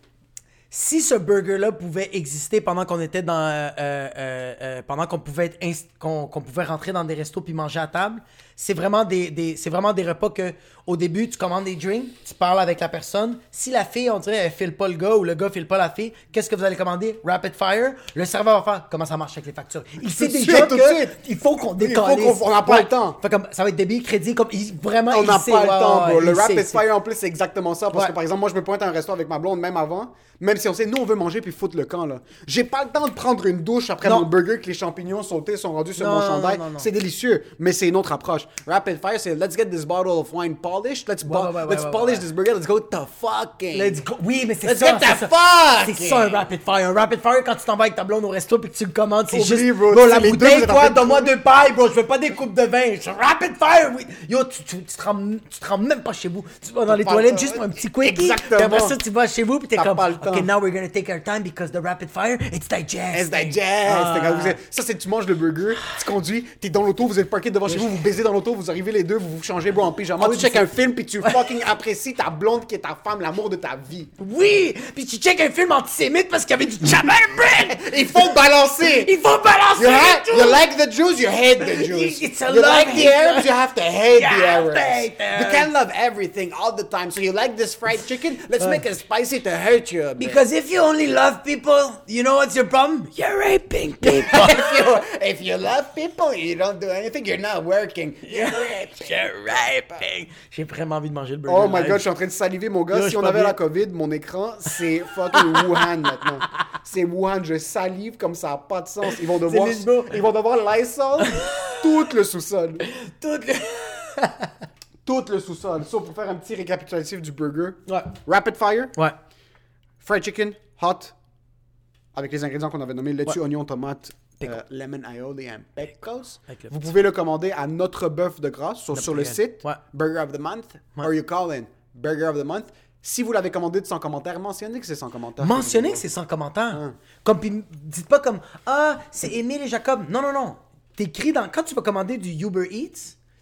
S3: Si ce burger-là pouvait exister pendant qu'on était dans, euh, euh, euh, euh, pendant qu'on pouvait être inst- qu'on qu'on pouvait rentrer dans des restos puis manger à table, c'est vraiment des, des- c'est vraiment des repas que au début tu commandes des drinks, tu parles avec la personne. Si la fille on dirait elle file pas le gars ou le gars file pas la fille, qu'est-ce que vous allez commander Rapid fire. Le serveur va faire comment ça marche avec les factures. Il sait
S2: de
S3: déjà
S2: suite, tout de
S3: que
S2: suite.
S3: il faut qu'on
S2: Il faut qu'on-
S3: décolle.
S2: on n'a pas le temps.
S3: Fait comme ça va être débit crédit comme il- vraiment
S2: On
S3: il
S2: n'a
S3: sait,
S2: pas le
S3: ouais,
S2: temps,
S3: ouais,
S2: bro.
S3: il
S2: Le
S3: sait,
S2: rapid
S3: il sait.
S2: fire, en plus, c'est exactement ça. Parce
S3: Ouais.
S2: que, par exemple, moi, je me pointe à un restaurant avec ma blonde, même avant, même si on sait, nous, on veut manger, puis foutre le camp, là. J'ai pas le temps de prendre une douche après
S3: Non.
S2: mon burger que les champignons sautés sont rendus sur
S3: Non,
S2: mon
S3: non,
S2: chandail.
S3: non, non, non.
S2: C'est délicieux, mais c'est une autre approche. Rapid fire, c'est let's get this bottle of wine polished, let's, bo-
S3: ouais, ouais,
S2: let's
S3: ouais,
S2: polish
S3: ouais.
S2: this burger, let's go to fucking.
S3: Let's go. Oui, mais c'est
S2: Let's
S3: ça.
S2: get the
S3: c'est ça.
S2: fuck
S3: C'est ça un rapid fire. Un rapid fire, quand tu t'en vas avec ta blonde au resto puis que tu le commandes, c'est
S2: Oublie,
S3: juste.
S2: bro,
S3: Bro, la
S2: c'est les deux, vous
S3: bouteille,
S2: êtes en
S3: toi,
S2: train de
S3: donne-moi deux pailles, bro. Je veux pas des coupes de vin. Je suis rapid fire, oui. Yo, tu, tu, tu te rends, tu te rends même pas chez vous. Tu vas dans les
S2: pas le
S3: toilettes
S2: temps.
S3: juste pour un petit quickie.
S2: Exactement.
S3: Puis après ça, tu vas chez vous puis t'es
S2: T'as
S3: comme.
S2: pas le temps.
S3: Ok, now we're gonna take our time because the rapid fire, it's digest.
S2: It's digest.
S3: Ah.
S2: T'es comme- vous êtes- Ça, c'est tu manges le burger, tu conduis, t'es dans l'auto, vous êtes parké devant chez vous, vous baisez dans l'auto, vous arrivez les deux, vous vous changez, bro, en pyjama,
S3: Ah oui,
S2: tu
S3: puis
S2: check un
S3: c'est-
S2: film, puis tu fucking apprécies ta blonde qui est ta femme, l'amour de ta vie.
S3: Oui! Puis tu check un film antisémite parce qu'il y avait du Chaman bread!
S2: Il faut balancer!
S3: Il faut balancer!
S2: You,
S3: le
S2: ha-
S3: tout.
S2: you like the Jews, you hate the Jews.
S3: It's a
S2: you
S3: love
S2: like the
S3: hate.
S2: Arabs, you have to hate
S3: You
S2: the
S3: have
S2: Arabs.
S3: to hate them.
S2: You can't love everything all the time. So you like this fried chicken? Let's make it spicy to hurt you a bit.
S3: Because if you only love people, you know what's your problem? You're raping people.
S2: if, you, if you love people, you don't do anything. You're not working. You're raping.
S3: You're raping. J'ai vraiment envie de manger le burger.
S2: Oh my
S3: live.
S2: god, je suis en train de saliver, mon gars.
S3: Yo, je
S2: si
S3: suis
S2: on
S3: pas
S2: avait
S3: bien.
S2: la COVID, mon écran, c'est fucking Wuhan maintenant. C'est Wuhan, je salive comme ça n'a pas de sens. Ils vont devoir,
S3: les mots.
S2: ils vont devoir Lysol tout le sous-sol.
S3: Tout le-
S2: Tout le sous-sol. Sauf pour faire un petit récapitulatif du burger.
S3: Ouais.
S2: Rapid fire,
S3: Ouais.
S2: fried chicken, hot, avec les ingrédients qu'on avait nommés, laitue,
S3: Ouais.
S2: oignon, tomate, euh, lemon, aioli et pickles.
S3: Avec le
S2: Vous
S3: petit-
S2: pouvez le commander à notre bœuf de grâce sur, sur le
S3: bœuf.
S2: site
S3: Ouais.
S2: Burger of the Month. Or you call in Burger of the Month. Si vous l'avez commandé de sans commentaire, mentionnez que c'est sans commentaire.
S3: Mentionnez que c'est sans commentaire.
S2: Hein.
S3: Comme puis dites pas comme ah c'est Émile et Jacob. Non non non. T'écris dans quand tu vas commander du Uber Eats.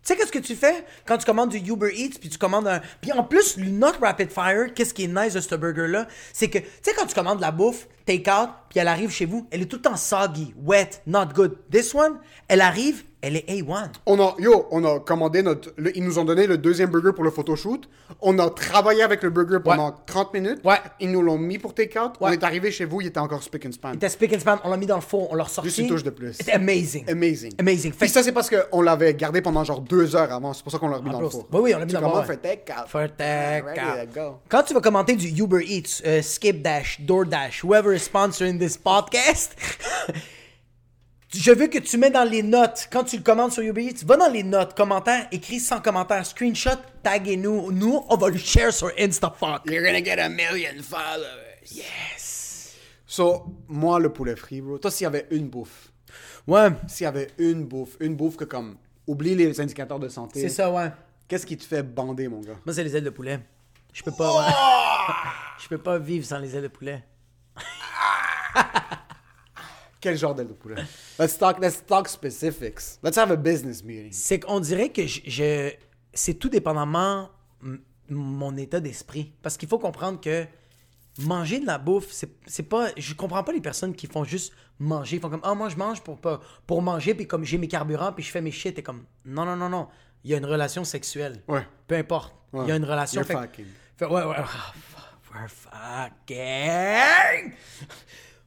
S3: Tu sais qu'est-ce que tu fais quand tu commandes du Uber Eats puis tu commandes un puis en plus notre rapid fire qu'est-ce qui est nice de ce burger là c'est que tu sais quand tu commandes de la bouffe take out puis elle arrive chez vous elle est tout le temps soggy wet not good this one elle arrive elle est A1
S2: On a, yo, on a commandé notre. le- ils nous ont donné le deuxième burger pour le photoshoot. On a travaillé avec le burger pendant 30 minutes.
S3: Ouais.
S2: Ils nous l'ont mis pour take out. On
S3: Ouais.
S2: est arrivé chez vous, il était encore spick and span.
S3: C'était Spick and Span, on l'a mis dans le fond, on l'a ressorti.
S2: Juste une touche de plus.
S3: C'était amazing.
S2: Amazing.
S3: Amazing. Fait
S2: Puis ça, c'est parce qu'on l'avait gardé pendant genre deux heures avant. C'est pour ça qu'on l'a remis dans le
S3: bro,
S2: four.
S3: oui, oui, on l'a mis
S2: Tu
S3: dans le
S2: commandes
S3: four, ouais.
S2: for take out.
S3: For
S2: I'm
S3: tech.
S2: ready to go.
S3: Quand tu vas commenter du Uber Eats, euh, Skip Dash, DoorDash, whoever is sponsoring this podcast, je veux que tu mets dans les notes, quand tu le commandes sur Uber Eats, va dans les notes, commentaires, écris sans commentaire, screenshot, taguez-nous. Nous, on va le share sur InstaFuck.
S2: You're gonna get a million followers. Yes. So, moi, le poulet frit, bro. Toi, s'il y avait une bouffe,
S3: Ouais,
S2: s'il y avait une bouffe, une bouffe que comme, oublie les indicateurs de santé.
S3: c'est ça, ouais.
S2: Qu'est-ce qui te fait bander, mon gars?
S3: Moi, c'est les ailes de poulet. Je peux pas, ouais.
S2: Ah!
S3: Je peux pas vivre sans les ailes de poulet.
S2: Quel genre d'aile de poulet? Let's talk, let's talk specifics. Let's have a business meeting.
S3: C'est qu'on dirait que je, je- c'est tout dépendamment m- mon état d'esprit. Parce qu'il faut comprendre que manger de la bouffe, c'est, c'est pas. Je comprends pas les personnes qui font juste manger. Ils font comme Ah, moi je mange pour, pas- pour manger, puis comme j'ai mes carburants, puis je fais mes shit. Et comme Non, non, non, non. Il y a une relation sexuelle.
S2: Ouais.
S3: Peu importe. Il y a une relation.
S2: You're
S3: fait-
S2: fucking.
S3: fait- ouais, ouais. Ah, fuck, we're fucking.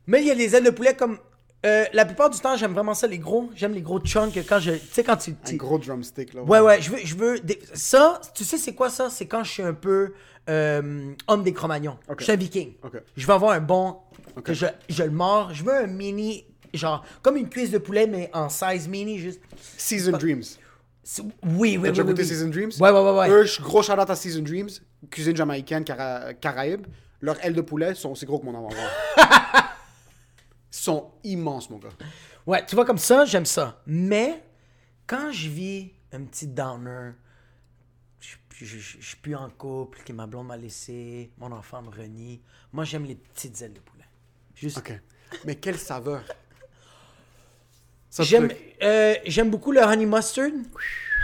S3: Mais il y a les ailes de poulet comme. euh, la plupart du temps, j'aime vraiment ça, les gros. J'aime les gros chunks. Quand je, tu sais, quand tu.
S2: Un
S3: tu-
S2: gros drumstick, là.
S3: Ouais, ouais, je veux. Je veux des- Ça, tu sais, c'est quoi ça? C'est quand je suis un peu euh, homme des Cro-Magnons. Je suis un viking.
S2: Ok.
S3: Je veux avoir un bon. Que je, je le mords. Je veux un mini. Genre, comme une cuisse de poulet, mais en size mini, juste.
S2: Season Dreams.
S3: C'est- Oui, oui, oui.
S2: T'as déjà
S3: oui,
S2: goûté
S3: oui.
S2: Season Dreams? Euh.
S3: Ouais, ouais, ouais. ouais.
S2: Eux, je- gros shout à Season Dreams, cuisine jamaïcaine, cara- caraïbe. Leurs ailes de poulet sont aussi gros que mon avant-bras. sont immenses, mon gars.
S3: Ouais, tu vois, comme ça, j'aime ça. Mais quand je vis un petit downer, je, je, je- je suis plus en couple, que ma blonde m'a laissé, mon enfant me renie. Moi, j'aime les petites ailes de poulet. Juste.
S2: Mais quelle saveur! Ça te
S3: J'aime,
S2: fait-
S3: euh, j'aime beaucoup le honey mustard.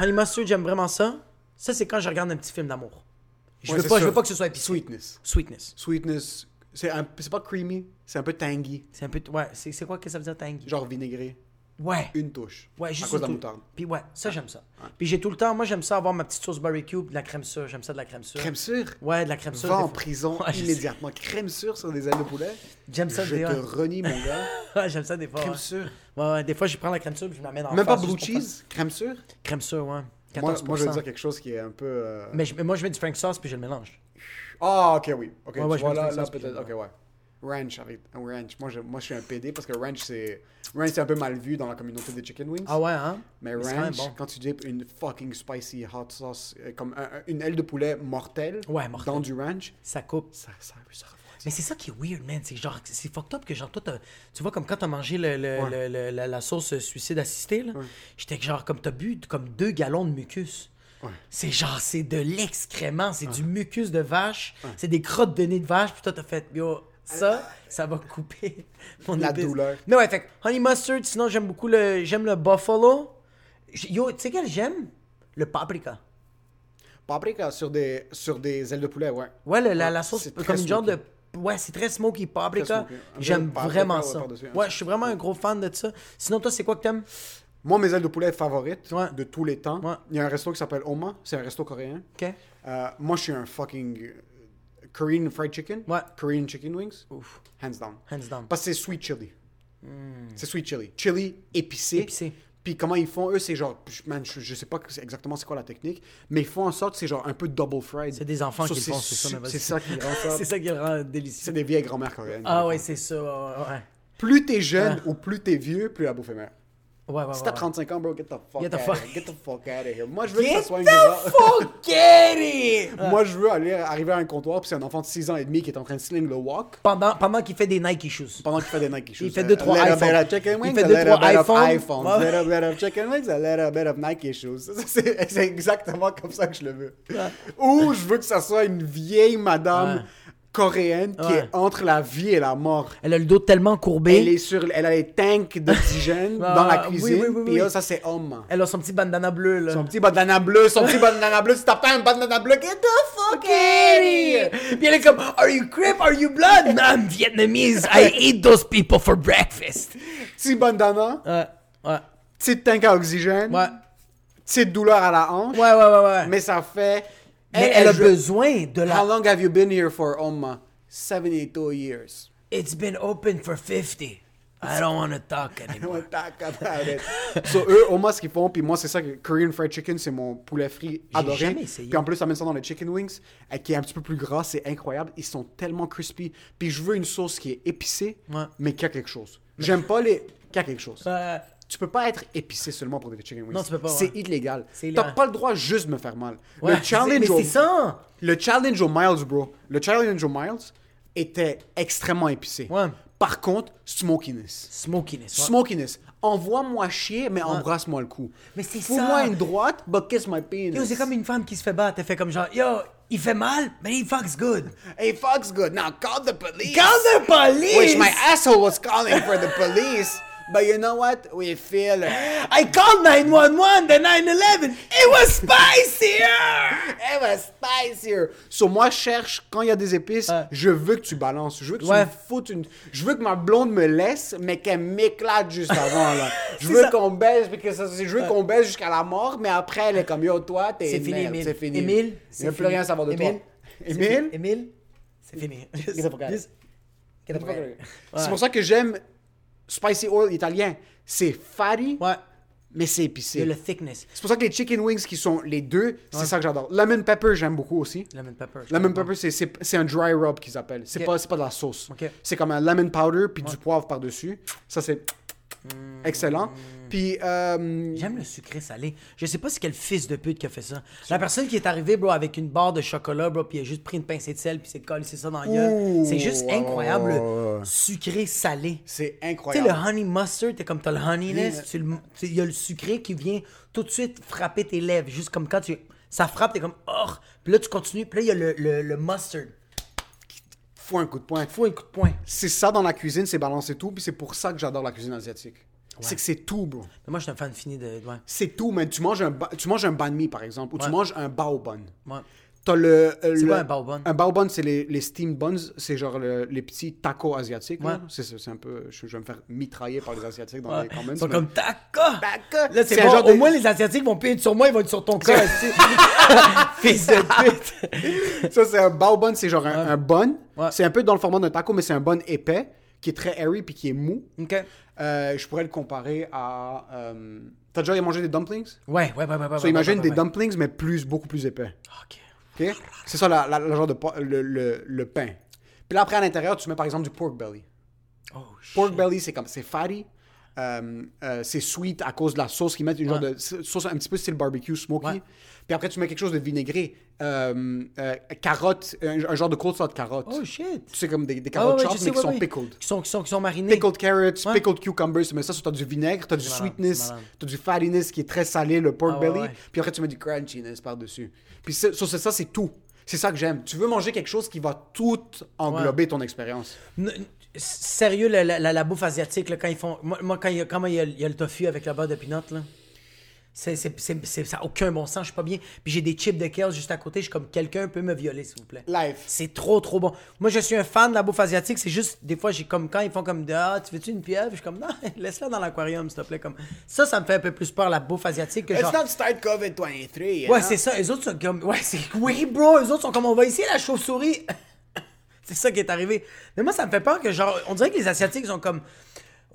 S3: Honey mustard, j'aime vraiment ça. Ça, c'est quand je regarde un petit film d'amour. Je
S2: Ouais,
S3: veux
S2: c'est
S3: pas, je
S2: ça.
S3: veux pas que ce soit épicé.
S2: Sweetness.
S3: Sweetness.
S2: Sweetness. C'est un- c'est pas creamy, c'est un peu tangy.
S3: C'est un peu, ouais, c'est, c'est quoi que ça veut dire tangy?
S2: Genre vinaigré.
S3: Ouais.
S2: Une touche.
S3: Ouais, juste
S2: à cause de la
S3: une tou-
S2: moutarde. Ah.
S3: Puis ouais, ça j'aime ça. Puis j'ai tout le temps, moi j'aime ça avoir ma petite sauce barbecue, de la crème sûre, j'aime ça de la crème sûre.
S2: Crème sûre.
S3: Ouais, de la crème sûre.
S2: Va
S3: des
S2: en
S3: fois.
S2: prison
S3: Ouais, je sais.
S2: immédiatement. Crème sûre sur des ailes de poulet.
S3: J'aime ça,
S2: Je
S3: des-
S2: te renie, mon gars.
S3: Ouais, j'aime ça des fois.
S2: Crème
S3: ouais.
S2: sûre.
S3: Ouais, ouais, des fois je prends la crème sûre, puis je m'amène en
S2: Même pas
S3: face
S2: blue
S3: juste pour
S2: cheese. Crème sûre.
S3: faire- Crème sûre, ouais. 14%.
S2: Moi, moi, je veux dire quelque chose qui est un peu. euh,
S3: Mais je- mais moi je mets du frank sauce puis je le mélange.
S2: Ah, ok, oui. Ok,
S3: Ouais, ouais,
S2: tu
S3: je
S2: vois,
S3: mets
S2: là,
S3: du
S2: là
S3: sauce,
S2: peut-être. Ok,
S3: puis-
S2: ouais. Ranch avec un ranch. Moi je, moi, je suis un PD parce que ranch, c'est ranch, c'est un peu mal vu dans la communauté des chicken wings.
S3: Ah ouais, hein?
S2: Mais
S3: c'est quand même
S2: ranch,
S3: bon.
S2: quand tu dips une fucking spicy hot sauce, euh, comme un- un- une aile de poulet mortelle,
S3: Ouais, mortelle.
S2: dans du ranch,
S3: Ça coupe.
S2: ça, ça, ça refroidit.
S3: Mais c'est ça qui est weird, man. C'est genre, c'est fucked up que genre, toi, t'as- tu vois, comme quand t'as mangé le, le- le- le- la, la sauce suicide assistée, là, j'étais que genre, comme t'as bu comme deux gallons de mucus. C'est genre, c'est de l'excrément, c'est du mucus de vache, c'est des crottes de nez de vache, puis toi, t'as fait, yo, ça, ça va couper mon
S2: Ah. La
S3: épice.
S2: douleur.
S3: Mais ouais, fait que honey mustard, sinon, j'aime beaucoup le, j'aime le buffalo. J- Yo, tu sais quel j'aime? Le paprika.
S2: Paprika sur des, sur des ailes de poulet, ouais.
S3: Ouais, le- la, la sauce,
S2: c'est
S3: comme
S2: très
S3: une genre
S2: smoky.
S3: de. Ouais, c'est très smoky paprika.
S2: smoky. Un peu
S3: J'aime
S2: paprika,
S3: vraiment
S2: ouais,
S3: ça.
S2: par-dessus, hein.
S3: Ouais, je suis vraiment un gros fan de ça. Sinon, toi, c'est quoi que t'aimes
S2: Moi, mes ailes de poulet favorites
S3: Ouais.
S2: de tous les temps,
S3: Ouais.
S2: il y a un resto qui s'appelle Oma, c'est un resto coréen.
S3: Ok.
S2: Euh, moi, je suis un fucking euh, Korean fried chicken,
S3: Ouais.
S2: Korean chicken wings,
S3: Ouf,
S2: hands down.
S3: hands down. Hmm.
S2: Parce que c'est sweet chili. C'est sweet chili. Chili épicé.
S3: Épicé.
S2: Puis comment ils font, eux, c'est genre, je- man, je, je sais pas que c'est exactement c'est quoi la technique, mais ils font en sorte, c'est genre un peu double fried.
S3: C'est des enfants qui le font, c'est ça,
S2: su-
S3: mais vas-y.
S2: C'est ça qui rend ça.
S3: c'est ça qui le rend
S2: c'est
S3: délicieux.
S2: des vieilles grand-mères coréennes.
S3: Ah ouais, c'est ça. Ouais, ouais.
S2: Plus t'es jeune ou plus t'es vieux, plus la bouffe est meilleure.
S3: Ouais, ouais, ouais.
S2: Si t'as
S3: Ah, ouais.
S2: 35 ans, bro, get the fuck
S3: Get the
S2: out
S3: fuck-
S2: of here. Get the fuck out of here. Moi, je veux que ça
S3: Get
S2: soit un
S3: the
S2: gars.
S3: fuck out of here!
S2: Moi, je veux aller arriver à un comptoir, puis c'est un enfant de 6 ans et demi qui est en train de sling le walk
S3: Pendant, pendant qu'il fait des Nike shoes.
S2: pendant qu'il fait des Nike shoes.
S3: Il fait deux, trois
S2: A little
S3: iPhones.
S2: bit of chicken
S3: Il
S2: wings,
S3: fait
S2: a
S3: deux,
S2: little
S3: trois
S2: bit of
S3: iPhones.
S2: iPhones, a little bit of chicken wings, a little bit of Nike shoes. Ça, C'est c'est exactement comme ça que je le veux. Ou je veux que ça soit une vieille madame coréenne qui
S3: Ouais.
S2: est entre la vie et la mort.
S3: Elle a le dos tellement courbé.
S2: Elle, est sur, elle a les tanks d'oxygène dans la
S3: Ah, oui,
S2: cuisine,
S3: oui, oui,
S2: puis
S3: oui. Euh.
S2: là, ça, c'est homme.
S3: Elle a son petit bandana bleu, là.
S2: Son petit bandana bleu, son petit bandana bleu, si t'as pas un bandana bleu, get the fuck out of here!
S3: Puis elle est comme, Are you crip? Are you blood? No, I'm Vietnamese. I eat those people for breakfast.
S2: Petit bandana,
S3: Ouais, ouais,
S2: petite tank à oxygène,
S3: ouais.
S2: petite douleur à la hanche,
S3: Ouais, ouais, ouais, ouais. Mais,
S2: mais ça fait...
S3: elle a
S2: je-
S3: besoin de la.
S2: How long have you been here for, Oma? 72 years.
S3: It's been open for 50. I don't want to talk
S2: I
S3: anymore.
S2: wanna talk about it. so, eux, Oma, ce qu'ils font, puis moi, c'est ça que Korean Fried Chicken, c'est mon poulet frit adoré.
S3: jamais essayé.
S2: Puis en plus, ça met ça dans les chicken wings, euh, qui est un petit peu plus gras, c'est incroyable. Ils sont tellement crispy. Puis je veux une sauce qui est épicée,
S3: Ouais.
S2: mais qui a quelque chose. J'aime pas les... qui a quelque chose.
S3: Euh,
S2: Tu peux pas être épicé seulement pour des chicken wings.
S3: Non, tu peux pas,
S2: C'est
S3: ouais.
S2: illégal.
S3: C'est
S2: T'as
S3: illégal.
S2: pas le droit juste de me faire mal.
S3: ouais,
S2: le challenge
S3: mais
S2: au-
S3: c'est ça.
S2: Le challenge au Miles, bro. Le challenge au Miles était extrêmement épicé.
S3: Ouais.
S2: Par contre, smokiness.
S3: Smokiness. ouais.
S2: Smokiness. Envoie-moi chier, mais embrasse-moi le cou.
S3: Mais c'est ça.
S2: Fous-moi une droite, but kiss my penis.
S3: Yo, c'est comme une femme qui se fait battre. Elle fait comme genre, Yo, il fait mal, mais il fucks good.
S2: Hey, fuck's good. Now call the police.
S3: Call the police!
S2: Which my asshole was calling for the police. But you know what? We feel it.
S3: I called 911, the 911. It was spicier!
S2: It was spicier. ben, So, moi, je cherche, quand il y a des épices,
S3: Ouais.
S2: je veux que tu balances. Je veux que
S3: Ouais.
S2: tu me foutes une... Je veux que ma blonde me laisse, mais qu'elle m'éclate juste avant, là. Je
S3: C'est
S2: veux
S3: ça.
S2: qu'on baise, puis que ça- je veux qu'on baise jusqu'à la mort, mais après, elle est comme, yo, toi, t'es
S3: C'est
S2: une
S3: fini,
S2: merde,
S3: Émile.
S2: C'est fini.
S3: Émile,
S2: Il n'y a plus rien à savoir de
S3: Émile,
S2: toi.
S3: c'est
S2: Émile?
S3: fini. Émile, c'est fini.
S2: the fuck out.
S3: Just- get the fuck out.
S2: C'est pour ça que j'aime spicy oil italien. C'est fatty,
S3: Ouais.
S2: mais c'est
S3: Il y
S2: épicé.
S3: a le thickness.
S2: C'est pour ça que les chicken wings qui sont les deux, c'est ça que j'adore. Lemon pepper, j'aime beaucoup aussi.
S3: Lemon pepper. je
S2: Lemon
S3: comprends.
S2: pepper, c'est- c'est c'est un dry rub qu'ils appellent. C'est
S3: Ok.
S2: pas, c'est pas de la sauce.
S3: Ok.
S2: C'est comme un lemon powder puis du poivre par-dessus. Ça, c'est excellent. Puis, euh,
S3: Hmm. J'aime le sucré salé. Je sais pas c'est quel fils de pute qui a fait ça. La personne qui est arrivée, bro, avec une barre de chocolat, bro, puis elle a juste pris une pincée de sel, puis s'est collé c'est ça dans la gueule.
S2: Ouh,
S3: C'est juste
S2: ouais,
S3: incroyable,
S2: ouais, ouais,
S3: le sucré salé.
S2: c'est
S3: Tu sais, le
S2: incroyable.
S3: honey mustard, t'es comme t'as le honeyness,
S2: Yeah.
S3: tu le- tu- il y a le sucré qui vient tout de suite frapper tes lèvres, juste comme quand tu, ça frappe, t'es comme oh, puis là tu continues, puis là il y a le, le, le mustard,
S2: Faut un coup de poing.
S3: faut un coup de poing.
S2: C'est ça dans la cuisine, c'est balancer tout. Puis c'est pour ça que j'adore la cuisine asiatique. C'est que c'est tout, bro.
S3: Mais moi, je suis un fan fini de. ouais.
S2: C'est tout, man. Tu manges un, ba- tu manges un banh mi, par exemple, ou
S3: Ouais.
S2: tu manges un bao bun.
S3: Ouais.
S2: T'as le. euh, le-
S3: quoi un bao bun?
S2: Un bao bun, c'est les, les steam buns, c'est genre le- les petits tacos asiatiques. là.
S3: Ouais.
S2: C'est c'est- c'est un peu. Je, je vais me faire mitrailler par les Asiatiques dans
S3: Ouais.
S2: les comments.
S3: Ils sont
S2: mais-
S3: comme Taka!
S2: Taka!
S3: Là, c'est
S2: C'est un
S3: bon.
S2: genre
S3: Au
S2: de-
S3: moins, les Asiatiques vont payer sur moi, ils vont être sur ton corps. aussi. Fils de pute!
S2: Ça, c'est un bao bun, c'est genre un,
S3: Ouais.
S2: un bun.
S3: Ouais.
S2: C'est un peu dans le format d'un taco, mais c'est un bun épais, qui est très airy puis qui est mou.
S3: ok.
S2: Euh, je pourrais le comparer à. euh, T'as déjà mangé des dumplings?
S3: Ouais, ouais, ouais, ouais. ouais,
S2: So,
S3: ouais,
S2: imagine
S3: ouais,
S2: des
S3: ouais.
S2: dumplings, mais plus, beaucoup plus épais.
S3: Ok.
S2: OK? C'est ça la, la- le genre de pa- le, le- le pain. Puis là, après, à l'intérieur, tu mets par exemple du pork belly.
S3: Oh, shit.
S2: Pork belly, c'est comme, c'est fatty. euh, euh, c'est sweet à cause de la sauce qu'ils mettent, une genre de s- sauce un petit peu style barbecue, smoky.
S3: Ouais.
S2: Puis après, tu mets quelque chose de vinaigré, euh, euh, carotte, un, un genre de cold de carotte.
S3: Oh, shit.
S2: tu sais, comme des, des
S3: Ah, ouais,
S2: carottes
S3: ouais,
S2: chopped,
S3: je sais,
S2: mais qui
S3: ouais,
S2: sont
S3: ouais.
S2: pickled.
S3: Qui sont, qui sont, qui sont marinés.
S2: Pickled carrots,
S3: Ouais.
S2: pickled cucumbers, tu mets ça, sur- t'as du vinaigre, t'as du
S3: malade, c'est
S2: sweetness,
S3: malade.
S2: t'as du fattiness qui est très salé, le pork
S3: Ah ouais,
S2: belly,
S3: ouais.
S2: puis après tu mets du crunchiness par-dessus. Puis c'est- sur ça, c'est tout. C'est ça que j'aime. Tu veux manger quelque chose qui va tout englober ton expérience.
S3: N- n- Sérieux, la, la- la- la bouffe asiatique, là, quand ils font. Moi, moi, quand il y a, comment il y a, il y a le tofu avec la beurre de pinot, là. C'est, c'est, c'est- c'est- ça n'a aucun bon sens, je suis pas bien. Puis j'ai des chips de kale juste à côté, je suis comme quelqu'un peut me violer, s'il vous plaît.
S2: Life.
S3: C'est trop, trop bon. Moi, je suis un fan de la bouffe asiatique. C'est juste, des fois, j'ai comme quand ils font comme de, Ah, tu veux-tu une pieuvre? Je suis comme, non, laisse-la dans l'aquarium, s'il te plaît. Comme... Ça, ça me fait un peu plus peur, la bouffe asiatique. Que genre...
S2: start COVID-23.
S3: Ouais, c'est ça. Les autres sont comme, ouais, c'est, oui, bro, les autres sont comme, on va essayer la chauve-souris. c'est ça qui est arrivé. Mais moi, ça me fait peur que, genre, on dirait que les Asiatiques sont comme,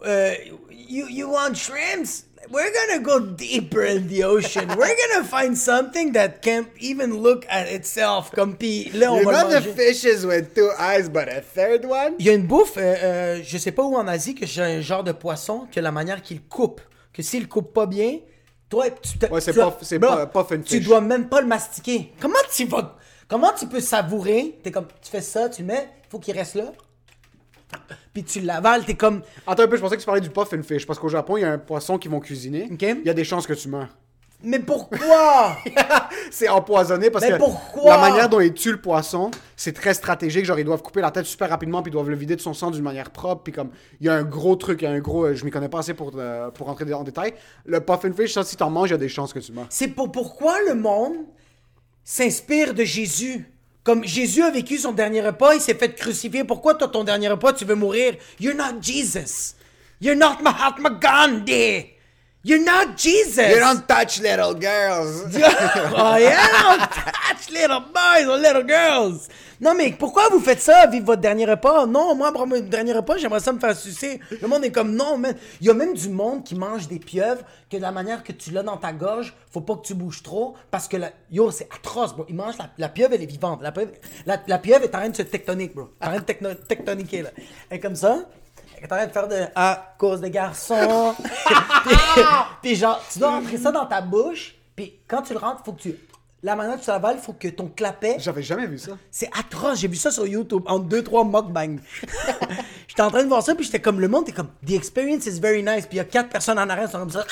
S3: euh, you, you want shrimps? We're gonna go deeper in the ocean. We're gonna find something that can't even look at itself. Comme, pis là, on va le manger.
S2: fishes with two eyes, but a third one.
S3: Il y a une bouffe, euh, euh, je sais pas où en Asie, que j'ai un genre de poisson que la manière qu'il coupe, que s'il coupe pas bien, toi, tu te-
S2: Ouais, c'est
S3: tu as-
S2: pas- c'est
S3: Bro,
S2: pas- pas fun
S3: Tu
S2: fish.
S3: dois même pas le mastiquer. Comment tu vas. Comment tu peux savourer? T'es comme, tu fais ça, tu le mets, faut qu'il reste là. Puis tu l'avales, t'es comme.
S2: Attends un peu, je pensais que tu parlais du puffin fish, parce qu'au Japon, il y a un poisson qu'ils vont cuisiner.
S3: Ok.
S2: Il y a des chances que tu meurs.
S3: Mais pourquoi?
S2: c'est empoisonné parce
S3: Mais
S2: que
S3: pourquoi?
S2: la manière dont ils tuent le poisson, c'est très stratégique. Genre, ils doivent couper la tête super rapidement, puis ils doivent le vider de son sang d'une manière propre. Puis comme, il y a un gros truc, il y a un gros. euh, Je m'y connais pas assez pour, euh, pour rentrer en détail. Le puffin fish, ça, si t'en manges, il y a des chances que tu meurs.
S3: C'est pour pourquoi le monde s'inspire de Jésus. Comme Jésus a vécu son dernier repas, il s'est fait crucifier. Pourquoi toi, ton dernier repas, tu veux mourir? You're not Jesus. You're not Mahatma Gandhi. You're not Jesus.
S2: touch little girls!
S3: oh, you don't touch little boys or little girls. Non, mais pourquoi vous faites ça, vivre votre dernier repas? Non, moi, pour mon dernier repas, j'aimerais ça me faire sucer. Le monde est comme, non, man. Il y a même du monde qui mange des pieuvres que de la manière que tu l'as dans ta gorge, faut pas que tu bouges trop parce que, la... yo, c'est atroce, bro. Ils mangent la, la pieuvre, elle est vivante. La pieuvre, la, la pieuvre est en train de se tectonique, bro. Elle est En train de techno- tectoniquer, là. Elle est comme ça. Elle est en train de faire de... À cause des garçons. puis, puis genre, tu dois rentrer ça dans ta bouche. Puis quand tu le rentres, faut que tu. La manière dont tu l'avales, faut que ton clapet.
S2: J'avais jamais vu ça.
S3: C'est atroce, j'ai vu ça sur YouTube en 2-3 mukbangs. j'étais en train de voir ça, puis j'étais comme le monde, t'es comme The experience is very nice. Puis il y a 4 personnes en arrière, qui sont comme ça.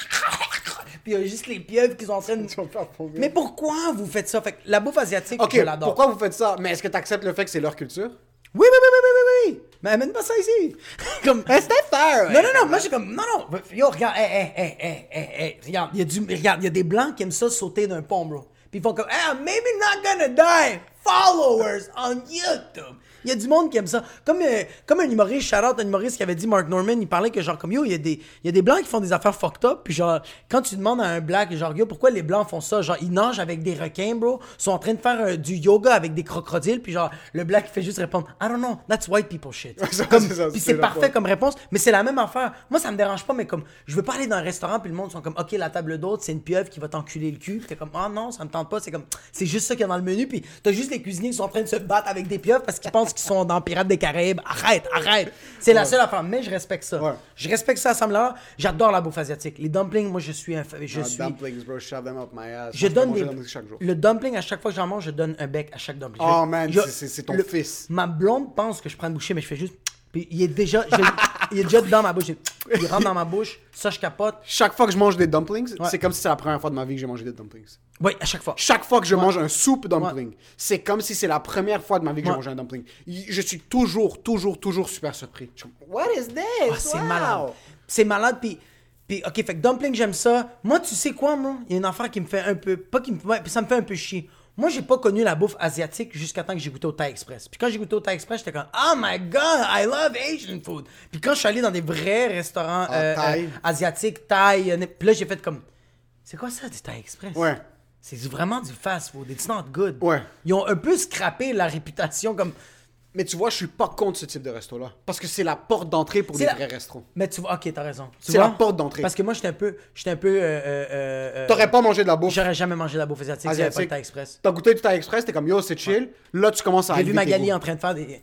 S3: puis il y a juste les pieuvres qui sont en train de.
S2: vont faire fondre.
S3: Mais pourquoi vous faites ça? Fait que la bouffe asiatique,
S2: Ok,
S3: je l'adore.
S2: pourquoi vous faites ça? Mais est-ce que t'acceptes le fait que c'est leur culture?
S3: Oui, oui, oui, oui, oui, oui, oui. Mais amène pas ça ici. comme.
S2: Hein, fair!
S3: Non, non, non, moi j'ai comme. Non, non, yo, regarde, hé, hé, hé, hé, hé, hé, regarde, il y, a du- regarde, il y a des blancs qui aiment ça sauter d'un pont, bro. Puis ils font comme, ah, maybe not gonna die, followers on YouTube. Il y a du monde qui aime ça. Comme, euh, comme un humoriste, shout out, un humoriste qui avait dit Mark Norman, il parlait que genre, comme yo, il y, a des, il y a des blancs qui font des affaires fucked up, puis genre, quand tu demandes à un black, genre, yo, pourquoi les blancs font ça? Genre, ils nagent avec des requins, bro, sont en train de faire euh, du yoga avec des crocodiles, puis genre, le black, il fait juste répondre, I don't know, that's white people shit.
S2: ça,
S3: Comme-
S2: c'est ça,
S3: puis
S2: c'est
S3: c'est
S2: la
S3: parfait
S2: fois.
S3: comme réponse, mais c'est la même affaire. Moi, ça me dérange pas, mais comme, je veux pas aller dans un restaurant, puis le monde sont comme, OK, la table d'hôte, c'est une pieuvre qui va t'enculer le cul. Puis t'es comme, ah non, ça me tente pas. C'est comme, c'est juste ça qu'il y a dans le menu. Puis t'as juste les cuisiniers qui sont en train de se battre avec des pieuvres parce qu'ils pensent qu'ils sont dans Pirates des Caraïbes. Arrête, arrête. C'est la seule affaire, mais je respecte ça.
S2: Ouais.
S3: Je respecte ça à ce moment-là. J'adore la bouffe asiatique. Les dumplings, moi, je suis un. fa- Je
S2: Ah,
S3: suis.
S2: Dumplings, bro, shove them up my ass.
S3: Je
S2: peux
S3: donne
S2: manger
S3: des...
S2: dumplings chaque jour.
S3: Le dumpling, à chaque fois que j'en mange, je donne un bec à chaque dumpling.
S2: Oh,
S3: Je-
S2: man,
S3: je-
S2: c'est- c'est- c'est ton fils.
S3: Ma blonde pense que je prends une bouchée, mais je fais juste. Puis il est déjà, je- il est déjà dans ma bouche. Je- Il rentre dans ma bouche, ça je capote.
S2: Chaque fois que je mange des dumplings,
S3: Ouais.
S2: c'est comme si c'est la première fois de ma vie que j'ai mangé des dumplings.
S3: Oui, à chaque fois.
S2: Chaque fois que je mange un soupe dumpling, c'est comme si c'est la première fois de ma vie que j'ai mangé un dumpling. Y- Je suis toujours, toujours, toujours super surpris. Je suis comme, What is this?
S3: Ah, c'est
S2: Wow!
S3: malade. C'est malade, puis Puis, ok, fait que dumpling, j'aime ça. Moi, tu sais quoi, moi Il y a une affaire qui me fait un peu. Pas qui me. ouais, ça me fait un peu chier. Moi, j'ai pas connu la bouffe asiatique jusqu'à temps que j'ai goûté au Thai Express. Puis quand j'ai goûté au Thai Express, j'étais comme Oh my god, I love Asian food. Puis quand je suis allé dans des vrais restaurants
S2: Ah,
S3: euh,
S2: Thai.
S3: euh, asiatiques, Thai, euh, puis là, j'ai fait comme C'est quoi ça du Thai Express
S2: Ouais.
S3: C'est du- vraiment du fast food. It's not good.
S2: Ouais.
S3: Ils ont un peu scrappé la réputation comme.
S2: Mais tu vois, je suis pas contre ce type de resto-là. Parce que c'est la porte d'entrée pour
S3: C'est
S2: les
S3: la-
S2: vrais restos.
S3: Mais tu vois, ok, t'as raison. Tu
S2: C'est
S3: vois?
S2: la porte d'entrée.
S3: Parce que moi, j'étais un peu. J'étais un peu. euh, euh, euh, euh,
S2: T'aurais pas mangé de la bouffe.
S3: J'aurais jamais mangé de la bouffe asiatique, si j'avais
S2: asiatique.
S3: pas le Thai Express.
S2: T'as goûté du Thai Express, t'es comme yo, c'est chill. Là, tu commences à.
S3: J'ai vu
S2: élever tes
S3: Magali
S2: goûts.
S3: en train de faire des.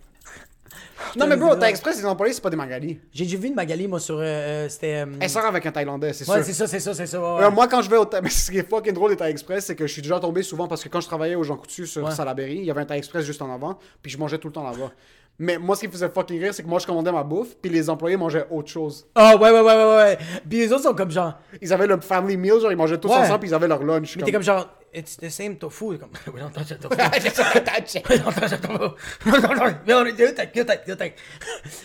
S2: Non, mais bro,
S3: vidéo.
S2: Thai Express, les employés, c'est pas des Magali.
S3: J'ai déjà vu une Magali, moi, sur. euh, euh, C'était. euh,
S2: Elle sort avec un Thaïlandais, c'est
S3: Ouais,
S2: sûr.
S3: c'est ça, c'est ça, c'est ça. ouais, ouais.
S2: Euh, moi, quand je vais au Thaï, mais ce qui est fucking drôle des Thaï Express, c'est que je suis déjà tombé souvent parce que quand je travaillais au Jean Coutu sur
S3: Ouais.
S2: Salaberry, il y avait un Thaï Express juste en avant, puis je mangeais tout le temps là-bas. Mais moi, ce qui me faisait fucking rire, c'est que moi, je commandais ma bouffe, puis les employés mangeaient autre chose.
S3: Ah, ouais, ouais, ouais, ouais, ouais. Puis les autres sont comme genre.
S2: Ils avaient leur family meal, genre, ils mangeaient tous
S3: Ouais.
S2: ensemble, puis ils avaient leur lunch.
S3: Mais t'es comme genre. Eh, It's the same tofu. Comme... We don't touch the tofu.
S2: comme-
S3: We don't touch the tofu. No, no, no. We only do that, do that, do that.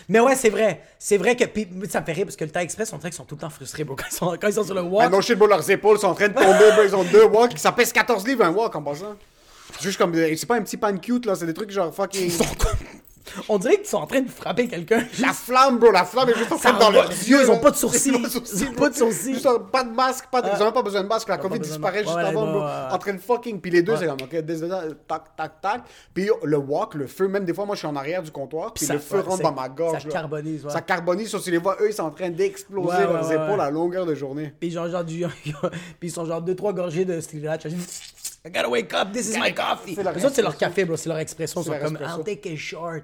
S3: Mais ouais, c'est vrai. C'est vrai que. Puis ça me fait rire parce que le Thai Express, on dirait qu'ils sont tout le temps frustrés, bro. Quand ils sont, quand ils sont sur le
S2: Ah
S3: walk.
S2: non, shit, bro, leurs épaules sont en train de tomber, bro, ils ont deux walks, ça pèse 14 livres un walk en passant. C'est Juste comme. des- C'est pas un petit pan cute, là, c'est des trucs genre fucking.
S3: ils sont comme- On dirait qu'ils sont en train de frapper quelqu'un.
S2: La flamme, bro, la flamme est juste en
S3: Ça
S2: train dans
S3: envoie-
S2: leurs yeux.
S3: Ils
S2: là.
S3: ont pas de sourcils.
S2: Ils ont
S3: Ils ont
S2: bro.
S3: pas de sourcils.
S2: Juste, euh, pas de masque, pas de- ils ont même pas besoin de masque. La
S3: pas
S2: COVID
S3: besoin de
S2: disparaît
S3: masque.
S2: juste
S3: Ouais,
S2: avant,
S3: ouais,
S2: bro.
S3: ouais, ouais.
S2: En train de fucking. Puis les deux,
S3: Ouais.
S2: c'est comme, ok, désolé, tac, tac, tac. Puis le walk, le feu, même des fois, moi, je suis en arrière du comptoir. Puis
S3: ça-
S2: le feu
S3: ouais,
S2: rentre
S3: c'est-
S2: dans ma gorge.
S3: ça
S2: là.
S3: carbonise, ouais.
S2: Ça carbonise. Sur si les voix, eux, ils sont en train d'exploser
S3: Ouais,
S2: leurs
S3: ouais, ouais,
S2: épaules
S3: ouais.
S2: à longueur de journée.
S3: Puis genre, genre du... puis ils sont genre deux trois gorgées de Stillatch. I gotta wake up, this is my coffee.
S2: C'est leur
S3: Les autres, c'est leur café, bro. C'est leur expression. Ils
S2: C'est
S3: sont
S2: leur
S3: comme,
S2: expression.
S3: I'll take a short.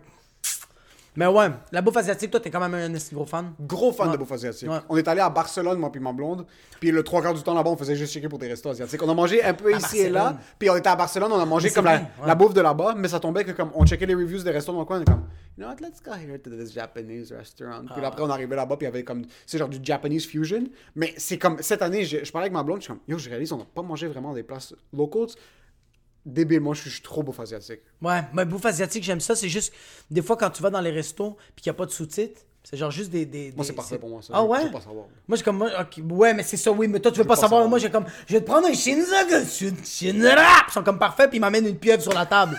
S3: Mais ouais, la bouffe asiatique, toi, t'es quand même un esti gros fan.
S2: Gros fan
S3: Ouais.
S2: de bouffe asiatique.
S3: Ouais.
S2: On est allé à Barcelone, moi puis ma blonde. Puis le trois quarts du temps là-bas, on faisait juste checker pour des restos asiatiques. On a mangé un peu ici et là.
S3: Barcelone.
S2: Puis on était à Barcelone, on a mangé
S3: c'est
S2: comme la,
S3: vrai, ouais.
S2: la bouffe de là-bas. Mais ça tombait que comme on checkait les reviews des restos dans le coin, on est comme, you know what, let's go here to this Japanese restaurant. Puis là, après, on arrivait là-bas, puis il y avait comme, c'est genre du Japanese fusion. Mais c'est comme, cette année, j'ai- je parlais avec ma blonde, je suis comme, yo, je réalise, on n'a pas mangé vraiment des places locaux. Débile, moi, je suis je suis trop bouffe asiatique.
S3: Ouais, mais bouffe asiatique, j'aime ça. C'est juste, des fois, quand tu vas dans les restos puis qu'il n'y a pas de sous-titres, c'est genre juste des. des,
S2: Moi,
S3: des-
S2: c'est parfait pour moi, ça.
S3: Ah
S2: Je-
S3: ouais?
S2: je veux pas savoir.
S3: Moi, j'ai comme. moi, ok, ouais, mais c'est ça, oui, mais toi, tu veux pas
S2: pas
S3: savoir.
S2: savoir.
S3: Moi, j'ai comme. Je vais te prendre un shinza, que- shin- shinra. Ils sont comme parfaits, puis ils m'amènent une pieuvre sur la table.